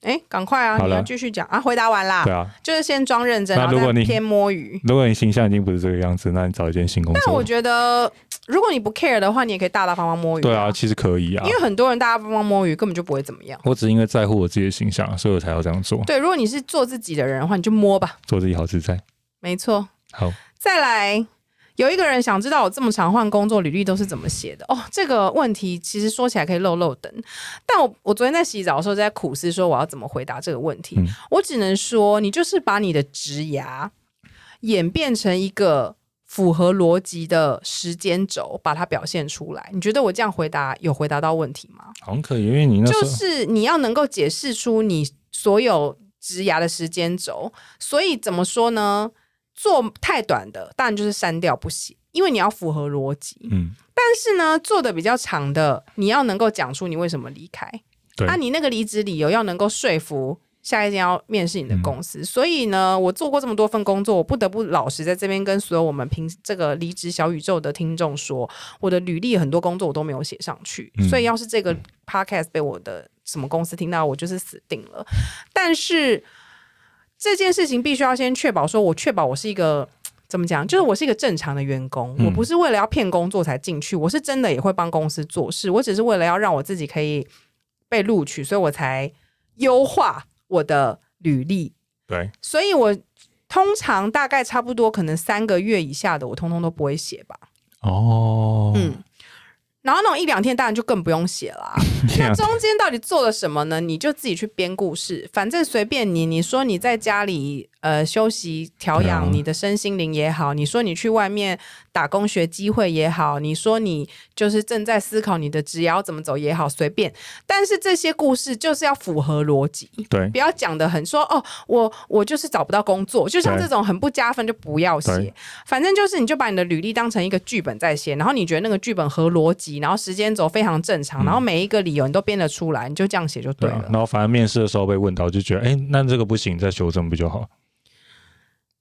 Speaker 1: 哎，赶快啊！
Speaker 2: 好
Speaker 1: 你
Speaker 2: 了
Speaker 1: 要继续讲啊！回答完啦
Speaker 2: 对，啊。
Speaker 1: 就是先装认真，
Speaker 2: 那
Speaker 1: 然后
Speaker 2: 如果
Speaker 1: 再
Speaker 2: 你
Speaker 1: 偏摸鱼。
Speaker 2: 如果你形象已经不是这个样子，那你找一件新工
Speaker 1: 但我
Speaker 2: 作，
Speaker 1: 觉得，如果你不 care 的话，你也可以大大方方摸鱼。
Speaker 2: 对啊，，其实可以啊
Speaker 1: 因。为很多人大大方方摸鱼根本就不会怎么样。
Speaker 2: 我只是因为在乎我自己的形象，所以我才要这样做，
Speaker 1: 对，如果你是做自己的人的话，你就摸吧，
Speaker 2: 做自己好自在。
Speaker 1: 没错。
Speaker 2: 好，
Speaker 1: 再来，有一个人想知道我这么常换工作，履历都是怎么写的？哦，这个问题其实说起来可以漏漏等，但我我昨天在洗澡的时候在苦思，说我要怎么回答这个问题。
Speaker 2: 嗯
Speaker 1: 我只能说，你就是把你的职涯演变成一个。符合逻辑的时间轴，把它表现出来。你觉得我这样回答有回答到问题吗？
Speaker 2: 好像可以，因为你那时
Speaker 1: 就
Speaker 2: 候
Speaker 1: 是你要能够解释出你所有植牙的时间轴。所以怎么说呢？做太短的，当然就是删掉不行，因为你要符合逻辑。
Speaker 2: 嗯，
Speaker 1: 但是呢，做的比较长的，你要能够讲出你为什么离开。
Speaker 2: 对
Speaker 1: 啊，你那个离职理由要能够说服下一间要面试你的公
Speaker 2: 嗯
Speaker 1: 司。所以呢，我做过这么多份工作，我不得不老实在这边跟所有我们平这个离职小宇宙的听众说，我的履历很多工作我都没有写上去，
Speaker 2: 嗯
Speaker 1: 所以要是这个 podcast 被我的什么公司听到，我就是死定了。但是这件事情必须要先确保，说我确保我是一个。怎么讲？就是我是一个正常的员工，
Speaker 2: 嗯
Speaker 1: 我不是为了要骗工作才进去，我是真的也会帮公司做事，我只是为了要让我自己可以被录取，所以我才优化我的履历。
Speaker 2: 对，
Speaker 1: 所以我通常大概差不多可能三个月以下的，我通通都不会写吧。
Speaker 2: 哦，
Speaker 1: 嗯，然后那种一两天当然就更不用写啦。
Speaker 2: 这样，
Speaker 1: 中间到底做了什么呢？你就自己去编故事，反正随便你。你说你在家里呃休息调
Speaker 2: 对
Speaker 1: 养
Speaker 2: 啊
Speaker 1: 你的身心灵也好，你说你去外面打工学机会也好，你说你就是正在思考你的职业要怎么走也好，随便。但是这些故事就是要符合逻辑，
Speaker 2: 对
Speaker 1: 不要讲的很说哦，我我就是找不到工作，就像
Speaker 2: 对
Speaker 1: 这种很不加分就不要写
Speaker 2: 对。
Speaker 1: 反正就是你就把你的履历当成一个剧本在写，然后你觉得那个剧本合逻辑，然后时间轴非常正常，
Speaker 2: 嗯
Speaker 1: 然后每一个理由你都编得出来，你就这样写就对
Speaker 2: 对啊
Speaker 1: 了。。
Speaker 2: 然后反正面试的时候被问到，就觉得哎、诶那这个不行，再修正不就好？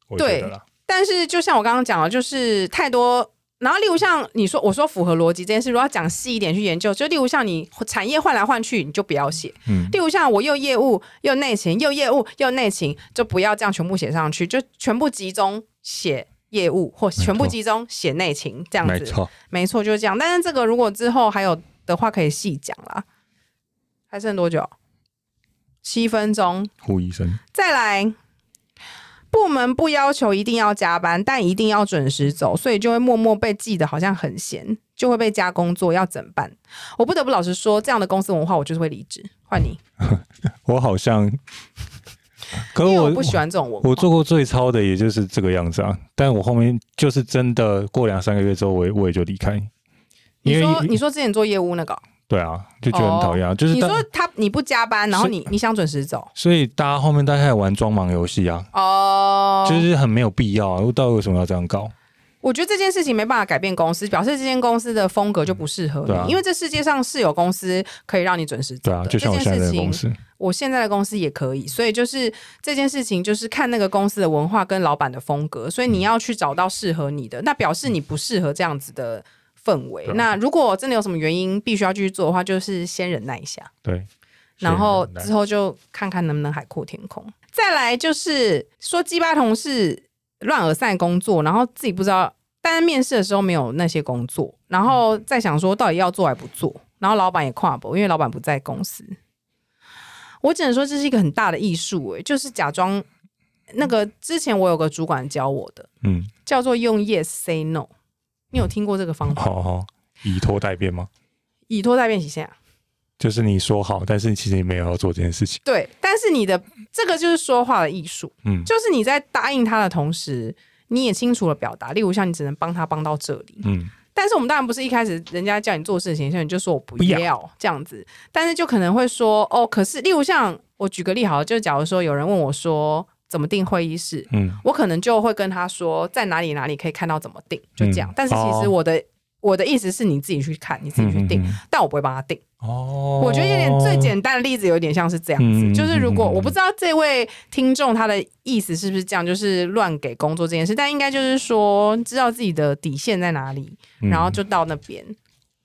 Speaker 2: 我觉得啦，
Speaker 1: 但是就像我刚刚讲的，就是太多。然后，例如像你说，我说符合逻辑这件事，如果要讲细一点去研究，就例如像你产业换来换去，你就不要写。
Speaker 2: 嗯，
Speaker 1: 例如像我又业务又内勤，又业务又内勤，就不要这样全部写上去，就全部集中写业务，或全部集中写内勤这样
Speaker 2: 没
Speaker 1: 子。
Speaker 2: 错，
Speaker 1: 没错，就是这样。但是这个如果之后还有的话，可以细讲啦。还剩多久？七分钟，
Speaker 2: 胡医生，
Speaker 1: 再来。部门不要求一定要加班，但一定要准时走，所以就会默默被记得好像很闲，就会被加工作，要怎么办？我不得不老实说，这样的公司文化我就是会离职。换你，
Speaker 2: 我 好像，可
Speaker 1: 因为
Speaker 2: 呃我
Speaker 1: 我不喜欢这种文化。
Speaker 2: 我我做过最超的也就是这个样子啊，但我后面就是真的过两三个月之后我也，我也就离开，
Speaker 1: 你
Speaker 2: 因
Speaker 1: 说
Speaker 2: 为
Speaker 1: 你说之前做业务那个哦，哦
Speaker 2: 对啊，就觉得很讨厌啊。就是
Speaker 1: 你
Speaker 2: 大
Speaker 1: 说他你不加班，然后你你想准时走
Speaker 2: 所以大家后面大概玩装忙游戏啊，
Speaker 1: 哦，
Speaker 2: 就是很没有必要啊。到底为什么要这样搞？
Speaker 1: 我觉得这件事情没办法改变公司，表示这间公司的风格就不适合你，
Speaker 2: 对啊
Speaker 1: 因为这世界上是有公司可以让你准时走
Speaker 2: 对
Speaker 1: 的。
Speaker 2: 啊，就像我
Speaker 1: 这
Speaker 2: 现在
Speaker 1: 件事
Speaker 2: 的
Speaker 1: 情
Speaker 2: 公，司，
Speaker 1: 我现在的公司也可以，所以就是这件事情就是看那个公司的文化跟老板的风格，所以
Speaker 2: 嗯
Speaker 1: 你要去找到适合你的，那表示你不适合这样子的氛围。
Speaker 2: 对啊
Speaker 1: 那如果真的有什么原因必须要继续做的话，就是先忍耐一下。
Speaker 2: 对，
Speaker 1: 然后
Speaker 2: 所以很难
Speaker 1: 之后就看看能不能海阔天空。再来就是说鸡巴同事乱耳塞工作，然后自己不知道，但是面试的时候没有那些工作，然后
Speaker 2: 嗯
Speaker 1: 再想说到底要做还不做，然后老板也跨不，因为老板不在公司。我只能说这是一个很大的艺术、诶，就是假装那个之前我有个主管教我的，
Speaker 2: 嗯，
Speaker 1: 叫做用 yes say no。你有听过这个方法？
Speaker 2: 好好以拖代变吗？
Speaker 1: 以拖代变起啊现
Speaker 2: 就是你说好，但是其实你没有要做这件事情，
Speaker 1: 对，但是你的这个就是说话的艺术。
Speaker 2: 嗯
Speaker 1: 就是你在答应他的同时，你也清楚了表达，例如像你只能帮他帮到这里，
Speaker 2: 嗯，
Speaker 1: 但是我们当然不是一开始人家叫你做事情，所以你就说我不
Speaker 2: 不要
Speaker 1: 要这样子，但是就可能会说哦，可是例如像我举个例好了，就假如说有人问我说怎么订会议室，
Speaker 2: 嗯，
Speaker 1: 我可能就会跟他说在哪里哪里可以看到怎么订，就这样，
Speaker 2: 嗯
Speaker 1: 但是其实
Speaker 2: 哦
Speaker 1: 我的。我的意思是你自己去看，你自己去定，
Speaker 2: 嗯嗯嗯
Speaker 1: 但我不会帮他定。
Speaker 2: 哦，
Speaker 1: 我觉得有点最简单的例子，有点像是这样子，
Speaker 2: 嗯
Speaker 1: 就是如果
Speaker 2: 嗯嗯嗯
Speaker 1: 我不知道这位听众他的意思是不是这样，就是乱给工作这件事，但应该就是说知道自己的底线在哪里，
Speaker 2: 嗯
Speaker 1: 然后就到那边。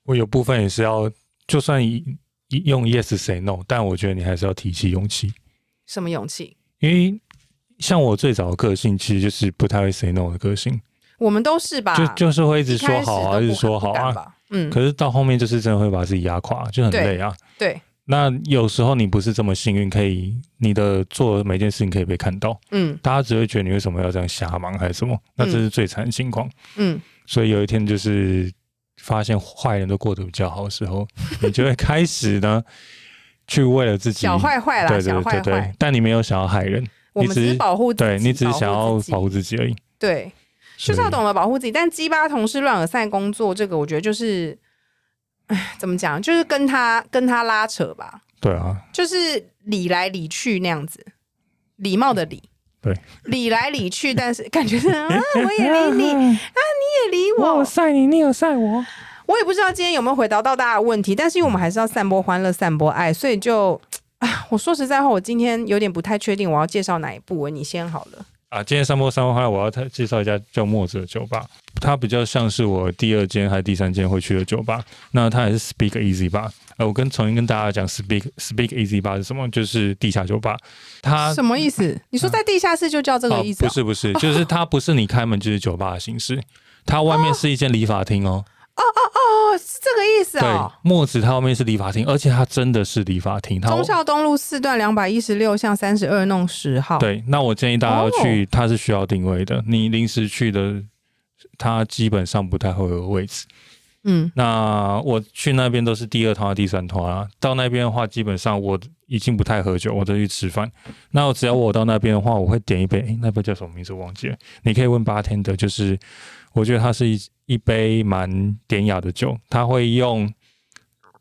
Speaker 2: 我有部分也是要，就算以以用 yes say no，但我觉得你还是要提起勇气，
Speaker 1: 什么勇气？
Speaker 2: 因为像我最早的个性其实就是不太会 say no 的个性，
Speaker 1: 我们都是吧，
Speaker 2: 就就是会
Speaker 1: 啊
Speaker 2: 一
Speaker 1: 一
Speaker 2: 直说好啊，
Speaker 1: 开始都不
Speaker 2: 一直说好
Speaker 1: 不敢
Speaker 2: 啊，
Speaker 1: 吧，嗯，
Speaker 2: 可是到后面就是真的会把自己压垮，就很
Speaker 1: 对
Speaker 2: 累啊。
Speaker 1: 对，
Speaker 2: 那有时候你不是这么幸运，可以你的做的每件事情可以被看到，
Speaker 1: 嗯
Speaker 2: 大家只会觉得你为什么要这样瞎忙还是什么，那这是最惨的情况。
Speaker 1: 嗯，
Speaker 2: 所以有一天就是发现坏人都过得比较好的时候，你就会开 始呢去为了自己
Speaker 1: 小坏坏啦，
Speaker 2: 对
Speaker 1: 小
Speaker 2: 对
Speaker 1: 坏
Speaker 2: 对
Speaker 1: 坏
Speaker 2: 对，，但你没有想要害人，
Speaker 1: 我们
Speaker 2: 只
Speaker 1: 是
Speaker 2: 是
Speaker 1: 保护自己，
Speaker 2: 对你只是想要
Speaker 1: 自己
Speaker 2: 保护自己而已。
Speaker 1: 对，就是要
Speaker 2: 所以
Speaker 1: 懂得保护自己。但鸡巴同事乱耳塞工作，这个我觉得就是，哎，怎么讲，就是跟他跟他拉扯吧。
Speaker 2: 对啊，
Speaker 1: 就是理来理去那样子，礼貌的礼。
Speaker 2: 嗯对，
Speaker 1: 理来理去，但是感觉是啊，我也理 你啊，你也理我，
Speaker 2: 晒你，你有晒我，
Speaker 1: 我也不知道今天有没有回答到大家的问题，但是因为我们还是要散播欢乐、散播爱，所以就啊，我说实在话，我今天有点不太确定我要介绍哪一部，你先好了。
Speaker 2: 啊，今天三波三波花，我要介绍一家叫墨子的酒吧，它比较像是我第二间还是第三间会去的酒吧。那它也是 Speak Easy Bar。呃，我跟重新跟大家讲，Speak Speak Easy Bar 是什么？就是地下酒吧。它
Speaker 1: 什么意思？你说在地下室就叫这个意思、啊
Speaker 2: 啊哦？不是 不是，就是它不是你开门就是酒吧的形式，它外面是一间理发厅哦。
Speaker 1: 哦， 是这个意思哦。
Speaker 2: 对，墨子它外面是理发厅，而且它真的是理发厅。它
Speaker 1: 忠孝东路四段两百一十六巷三十二弄十号。，
Speaker 2: 对，那我建议大家要
Speaker 1: 哦
Speaker 2: 去，它是需要定位的。你临时去的，它基本上不太会有位置。
Speaker 1: 嗯，
Speaker 2: 那我去那边都是第二团、第三团啊。到那边的话，基本上我已经不太喝酒，我都去吃饭。那我只要我到那边的话，我会点一杯，诶，那杯叫什么名字我忘记了。你可以问八天的，就是我觉得它是一一杯蛮典雅的酒，它会用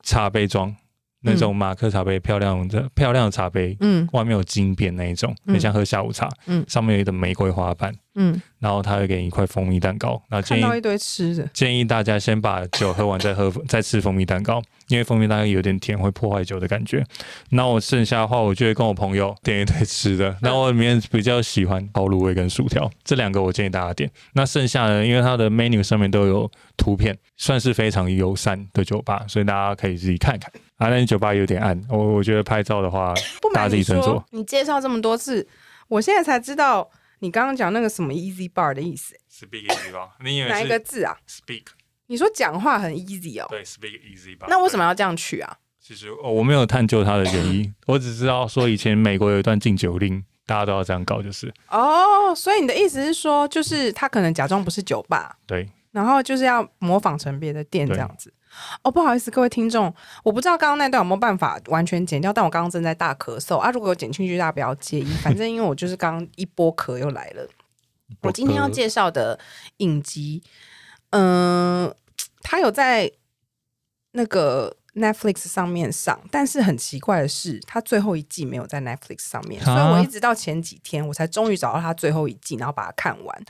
Speaker 2: 茶杯装那种马克茶杯，漂亮的漂亮的茶杯，
Speaker 1: 嗯
Speaker 2: 外面有金边那一种，
Speaker 1: 嗯
Speaker 2: 很像喝下午茶。
Speaker 1: 嗯
Speaker 2: 上面有一个玫瑰花瓣，
Speaker 1: 嗯，
Speaker 2: 然后它会给你一块蜂蜜蛋糕。那
Speaker 1: 看
Speaker 2: 建议
Speaker 1: 到一堆吃的。
Speaker 2: 建议大家先把酒喝完再喝，再吃蜂蜜蛋糕，因为蜂蜜蛋糕有点甜，会破坏酒的感觉。那我剩下的话，我就会跟我朋友点一堆吃的。那我里面比较喜欢烤卤味跟薯条这两个，我建议大家点。那剩下的，因为它的 menu 上面都有图片，算是非常友善的酒吧，所以大家可以自己看看。啊，那酒吧有点暗，我我觉得拍照 的话，
Speaker 1: 不瞒
Speaker 2: 大
Speaker 1: 你
Speaker 2: 地乘
Speaker 1: 说
Speaker 2: 坐，
Speaker 1: 你介绍这么多次，我现在才知道你刚刚讲那个什么 easy bar 的意思，
Speaker 2: speak easy 吧，你以
Speaker 1: 哪一个字啊？
Speaker 2: speak
Speaker 1: 你说讲话很 easy 哦，
Speaker 2: 对 speak easy 吧
Speaker 1: 那为什么要这样取啊？
Speaker 2: 其实哦，我没有探究它的原因，我只知道说以前美国有一段禁酒令，大家都要这样搞，就是
Speaker 1: 哦，所以你的意思是说，就是他可能假装不是酒吧，
Speaker 2: 对，
Speaker 1: 然后就是要模仿成别的店这
Speaker 2: 对
Speaker 1: 样子。哦，不好意思，各位听众，我不知道刚刚那段有没有办法完全剪掉，但我刚刚正在大咳嗽啊，如果有剪进去，大家不要介意，反正因为我就是刚刚一波咳又来了。我今天要介绍的
Speaker 2: 呃
Speaker 1: 影集，嗯、它有在那个
Speaker 2: Netflix 上面上，但是很奇怪的是，它最后一季没有在 Netflix 上面，
Speaker 3: 啊
Speaker 2: 所以我一直到前几天我才终于找到它最后一季，然后把它看完。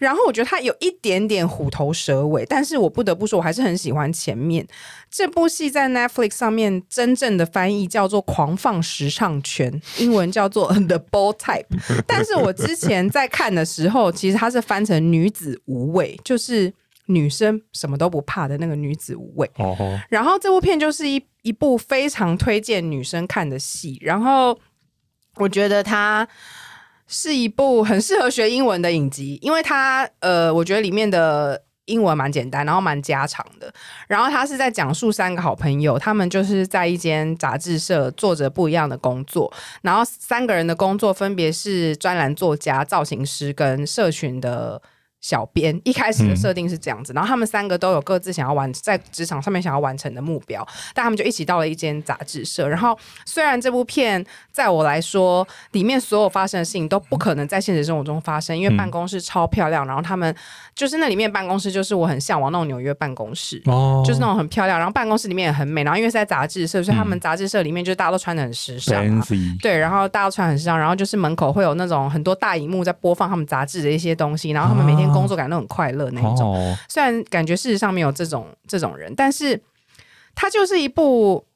Speaker 2: 然后我觉得它有一点点虎头蛇尾，但是我不得不说，我还是很喜欢前面这部戏。在 Netflix 上面真正的翻译叫做《狂放时尚圈》，英文叫做 The Ball Type。但是我之前在看的时候，其实它是翻成女子无畏，就是女生什么都不怕的那个女子无畏。
Speaker 3: 哦吼，
Speaker 2: 然后这部片就是一一部非常推荐女生看的戏，然后我觉得它是一部很适合学英文的影集，因为它呃，我觉得里面的。英文蛮简单，然后蛮家常的。然后它是在讲述三个好朋友，他们就是在一间杂志社做着不一样的工作。然后三个人的工作分别是专栏作家、造型师跟社群的小编。一开始的设定是这样子，然后他们三个都有各自想要完在职场上面想要完成的目标，但他们就一起到了一间杂志社。然后虽然这部片在我来说，里面所有发生的事情都不可能在现实生活中发生，
Speaker 3: 嗯
Speaker 2: 因为办公室超漂亮，然后他们就是那里面办公室就是我很向往那种纽约办公室，
Speaker 3: 哦，
Speaker 2: 就是那种很漂亮，然后办公室里面也很美，然后因为是在杂志社，所以他
Speaker 3: 嗯
Speaker 2: 们杂志社里面就是大家都穿的很时尚、啊。
Speaker 3: Benzy，
Speaker 2: 对，然后大家都穿很时尚，然后就是门口会有那种很多大荧幕在播放他们杂志的一些东西，然后他们每天工作感都很快乐那一种。
Speaker 3: 啊哦，
Speaker 2: 虽然感觉事实上没有这种这种人，但是它就是一部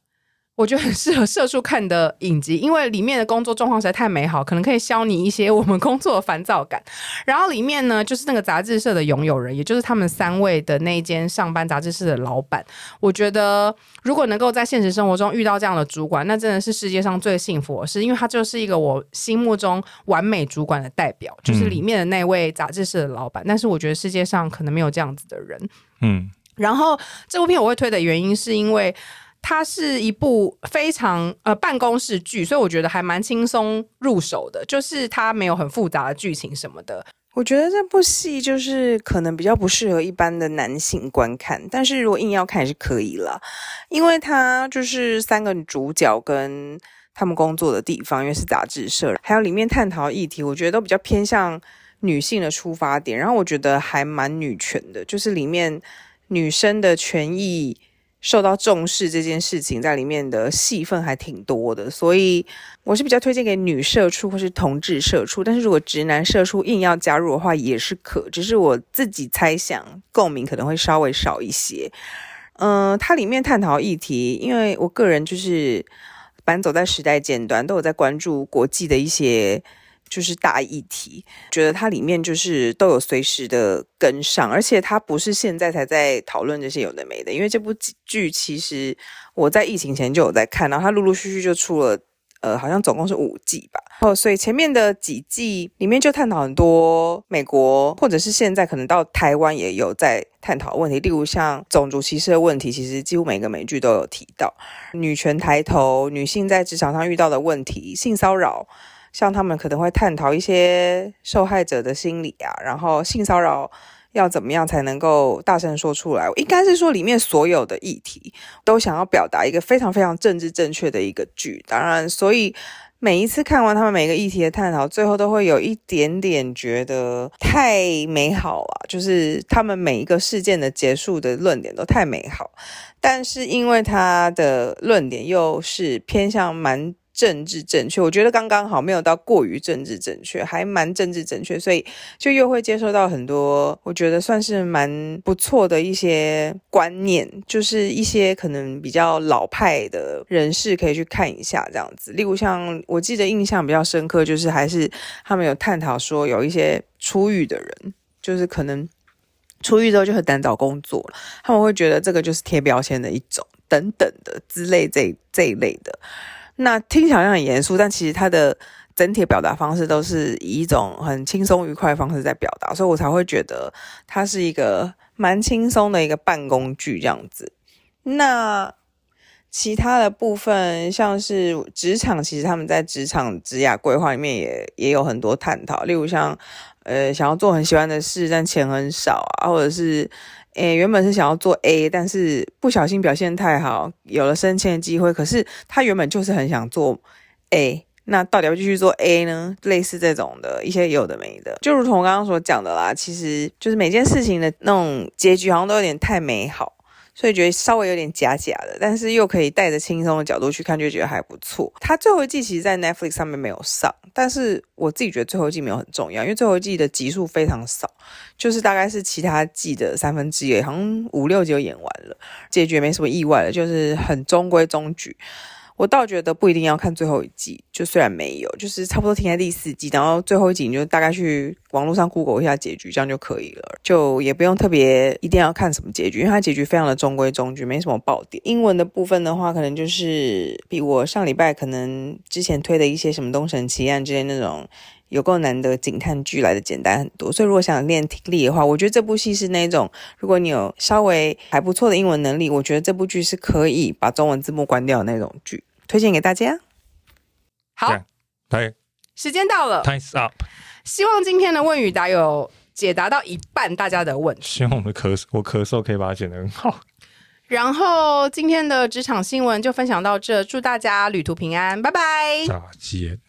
Speaker 2: 我觉得很适合社畜看的影集，因为里面的工作状况实在太美好，可能可以消弭一些我们工作的烦躁感。然后里面呢，就是那个杂志社的拥有人，也就是他们三位的那一间上班杂志社的老板。我觉得如果能够在现实生活中遇到这样的主管，那真的是世界上最幸福的事，因为他就是一个我心目中完美主管的代表，就是里面的那位杂志社的老板。但是我觉得世界上可能没有这样子的人。
Speaker 3: 嗯，
Speaker 2: 然后这部片我会推的原因是因为它是一部非常呃办公室剧，所以我觉得还蛮轻松入手的，就是它没有很复杂的剧情什么的。
Speaker 1: 我觉得这部戏就是可能比较不适合一般的男性观看，但是如果硬要看也是可以啦，因为它就是三个主角跟他们工作的地方，因为是杂志社，还有里面探讨的议题，我觉得都比较偏向女性的出发点，然后我觉得还蛮女权的，就是里面女生的权益受到重视这件事情，在里面的戏份还挺多的，所以。我是比较推荐给女社畜或是同志社畜，但是如果直男社畜硬要加入的话也是可，只是我自己猜想共鸣可能会稍微少一些。嗯、它里面探讨议题，因为我个人就是反正走在时代尖端，都有在关注国际的一些就是大议题，觉得它里面就是都有随时的跟上，而且它不是现在才在讨论这些有的没的，因为这部剧其实我在疫情前就有在看，然后它陆陆续续就出了。呃，好像总共是五季吧。哦，所以前面的几季里面就探讨很多美国，或者是现在可能到台湾也有在探讨问题，例如像种族歧视的问题，其实几乎每个美剧都有提到。女权抬头，女性在职场上遇到的问题，性骚扰，像他们可能会探讨一些受害者的心理啊，然后性骚扰。要怎么样才能够大声说出来？应该是说里面所有的议题都想要表达一个非常非常政治正确的一个剧。当然，所以每一次看完他们每个议题的探讨，最后都会有一点点觉得太美好了、就是他们每一个事件的结束的论点都太美好。但是因为他的论点又是偏向蛮政治正确，我觉得刚刚好，没有到过于政治正确，还蛮政治正确，所以就又会接收到很多，我觉得算是蛮不错的一些观念，就是一些可能比较老派的人士可以去看一下这样子。例如像我记得印象比较深刻，就是还是他们有探讨说有一些出狱的人，就是可能出狱之后就很难找工作了，他们会觉得这个就是贴标签的一种等等的之类这这一类的。那听起来好像很严肃，但其实它的整体表达方式都是以一种很轻松愉快的方式在表达，所以我才会觉得它是一个蛮轻松的一个办公剧这样子。那其他的部分，像是职场，其实他们在职场职涯规划里面也也有很多探讨，例如像呃想要做很喜欢的事，但钱很少啊，或者是诶，原本是想要做 A，但是不小心表现太好，有了升迁的机会。可是他原本就是很想做 A，那到底要不要继续做 A 呢？类似这种的一些有的没的，就如同我刚刚所讲的啦，其实就是每件事情的那种结局好像都有点太美好，所以觉得稍微有点假假的，但是又可以带着轻松的角度去看，就觉得还不错。它最后一季其实，在 Netflix 上面没有上，但是我自己觉得最后一季没有很重要，因为最后一季的集数非常少，就是大概是其他季的三分之一，好像五六集就演完了，结局也没什么意外了，就是很中规中矩。我倒觉得不一定要看最后一季，就虽然没有，就是差不多停在第四季，然后最后一集你就大概去网络上 Google 一下结局，这样就可以了，就也不用特别一定要看什么结局，因为它结局非常的中规中矩，没什么爆点。英文的部分的话，可能就是比我上礼拜可能之前推的一些什么《东城奇案》之类那种。有够难得警探剧来的简单很多，所以如果想练听力的话，我觉得这部戏是那种，如果你有稍微还不错的英文能力，我觉得这部剧是可以把中文字幕关掉的那种剧，推荐给大家。
Speaker 4: 好，
Speaker 2: 对
Speaker 4: 时间到了，
Speaker 2: ，Time's up。
Speaker 4: 希望今天的问与答有解答到一半大家的问题。
Speaker 2: 希望我们的咳嗽，我咳嗽可以把它剪得很好。
Speaker 4: 然
Speaker 1: 哎
Speaker 4: 后今天的职场新闻就分享到这，祝大家旅途平安，拜拜。
Speaker 2: 炸鸡。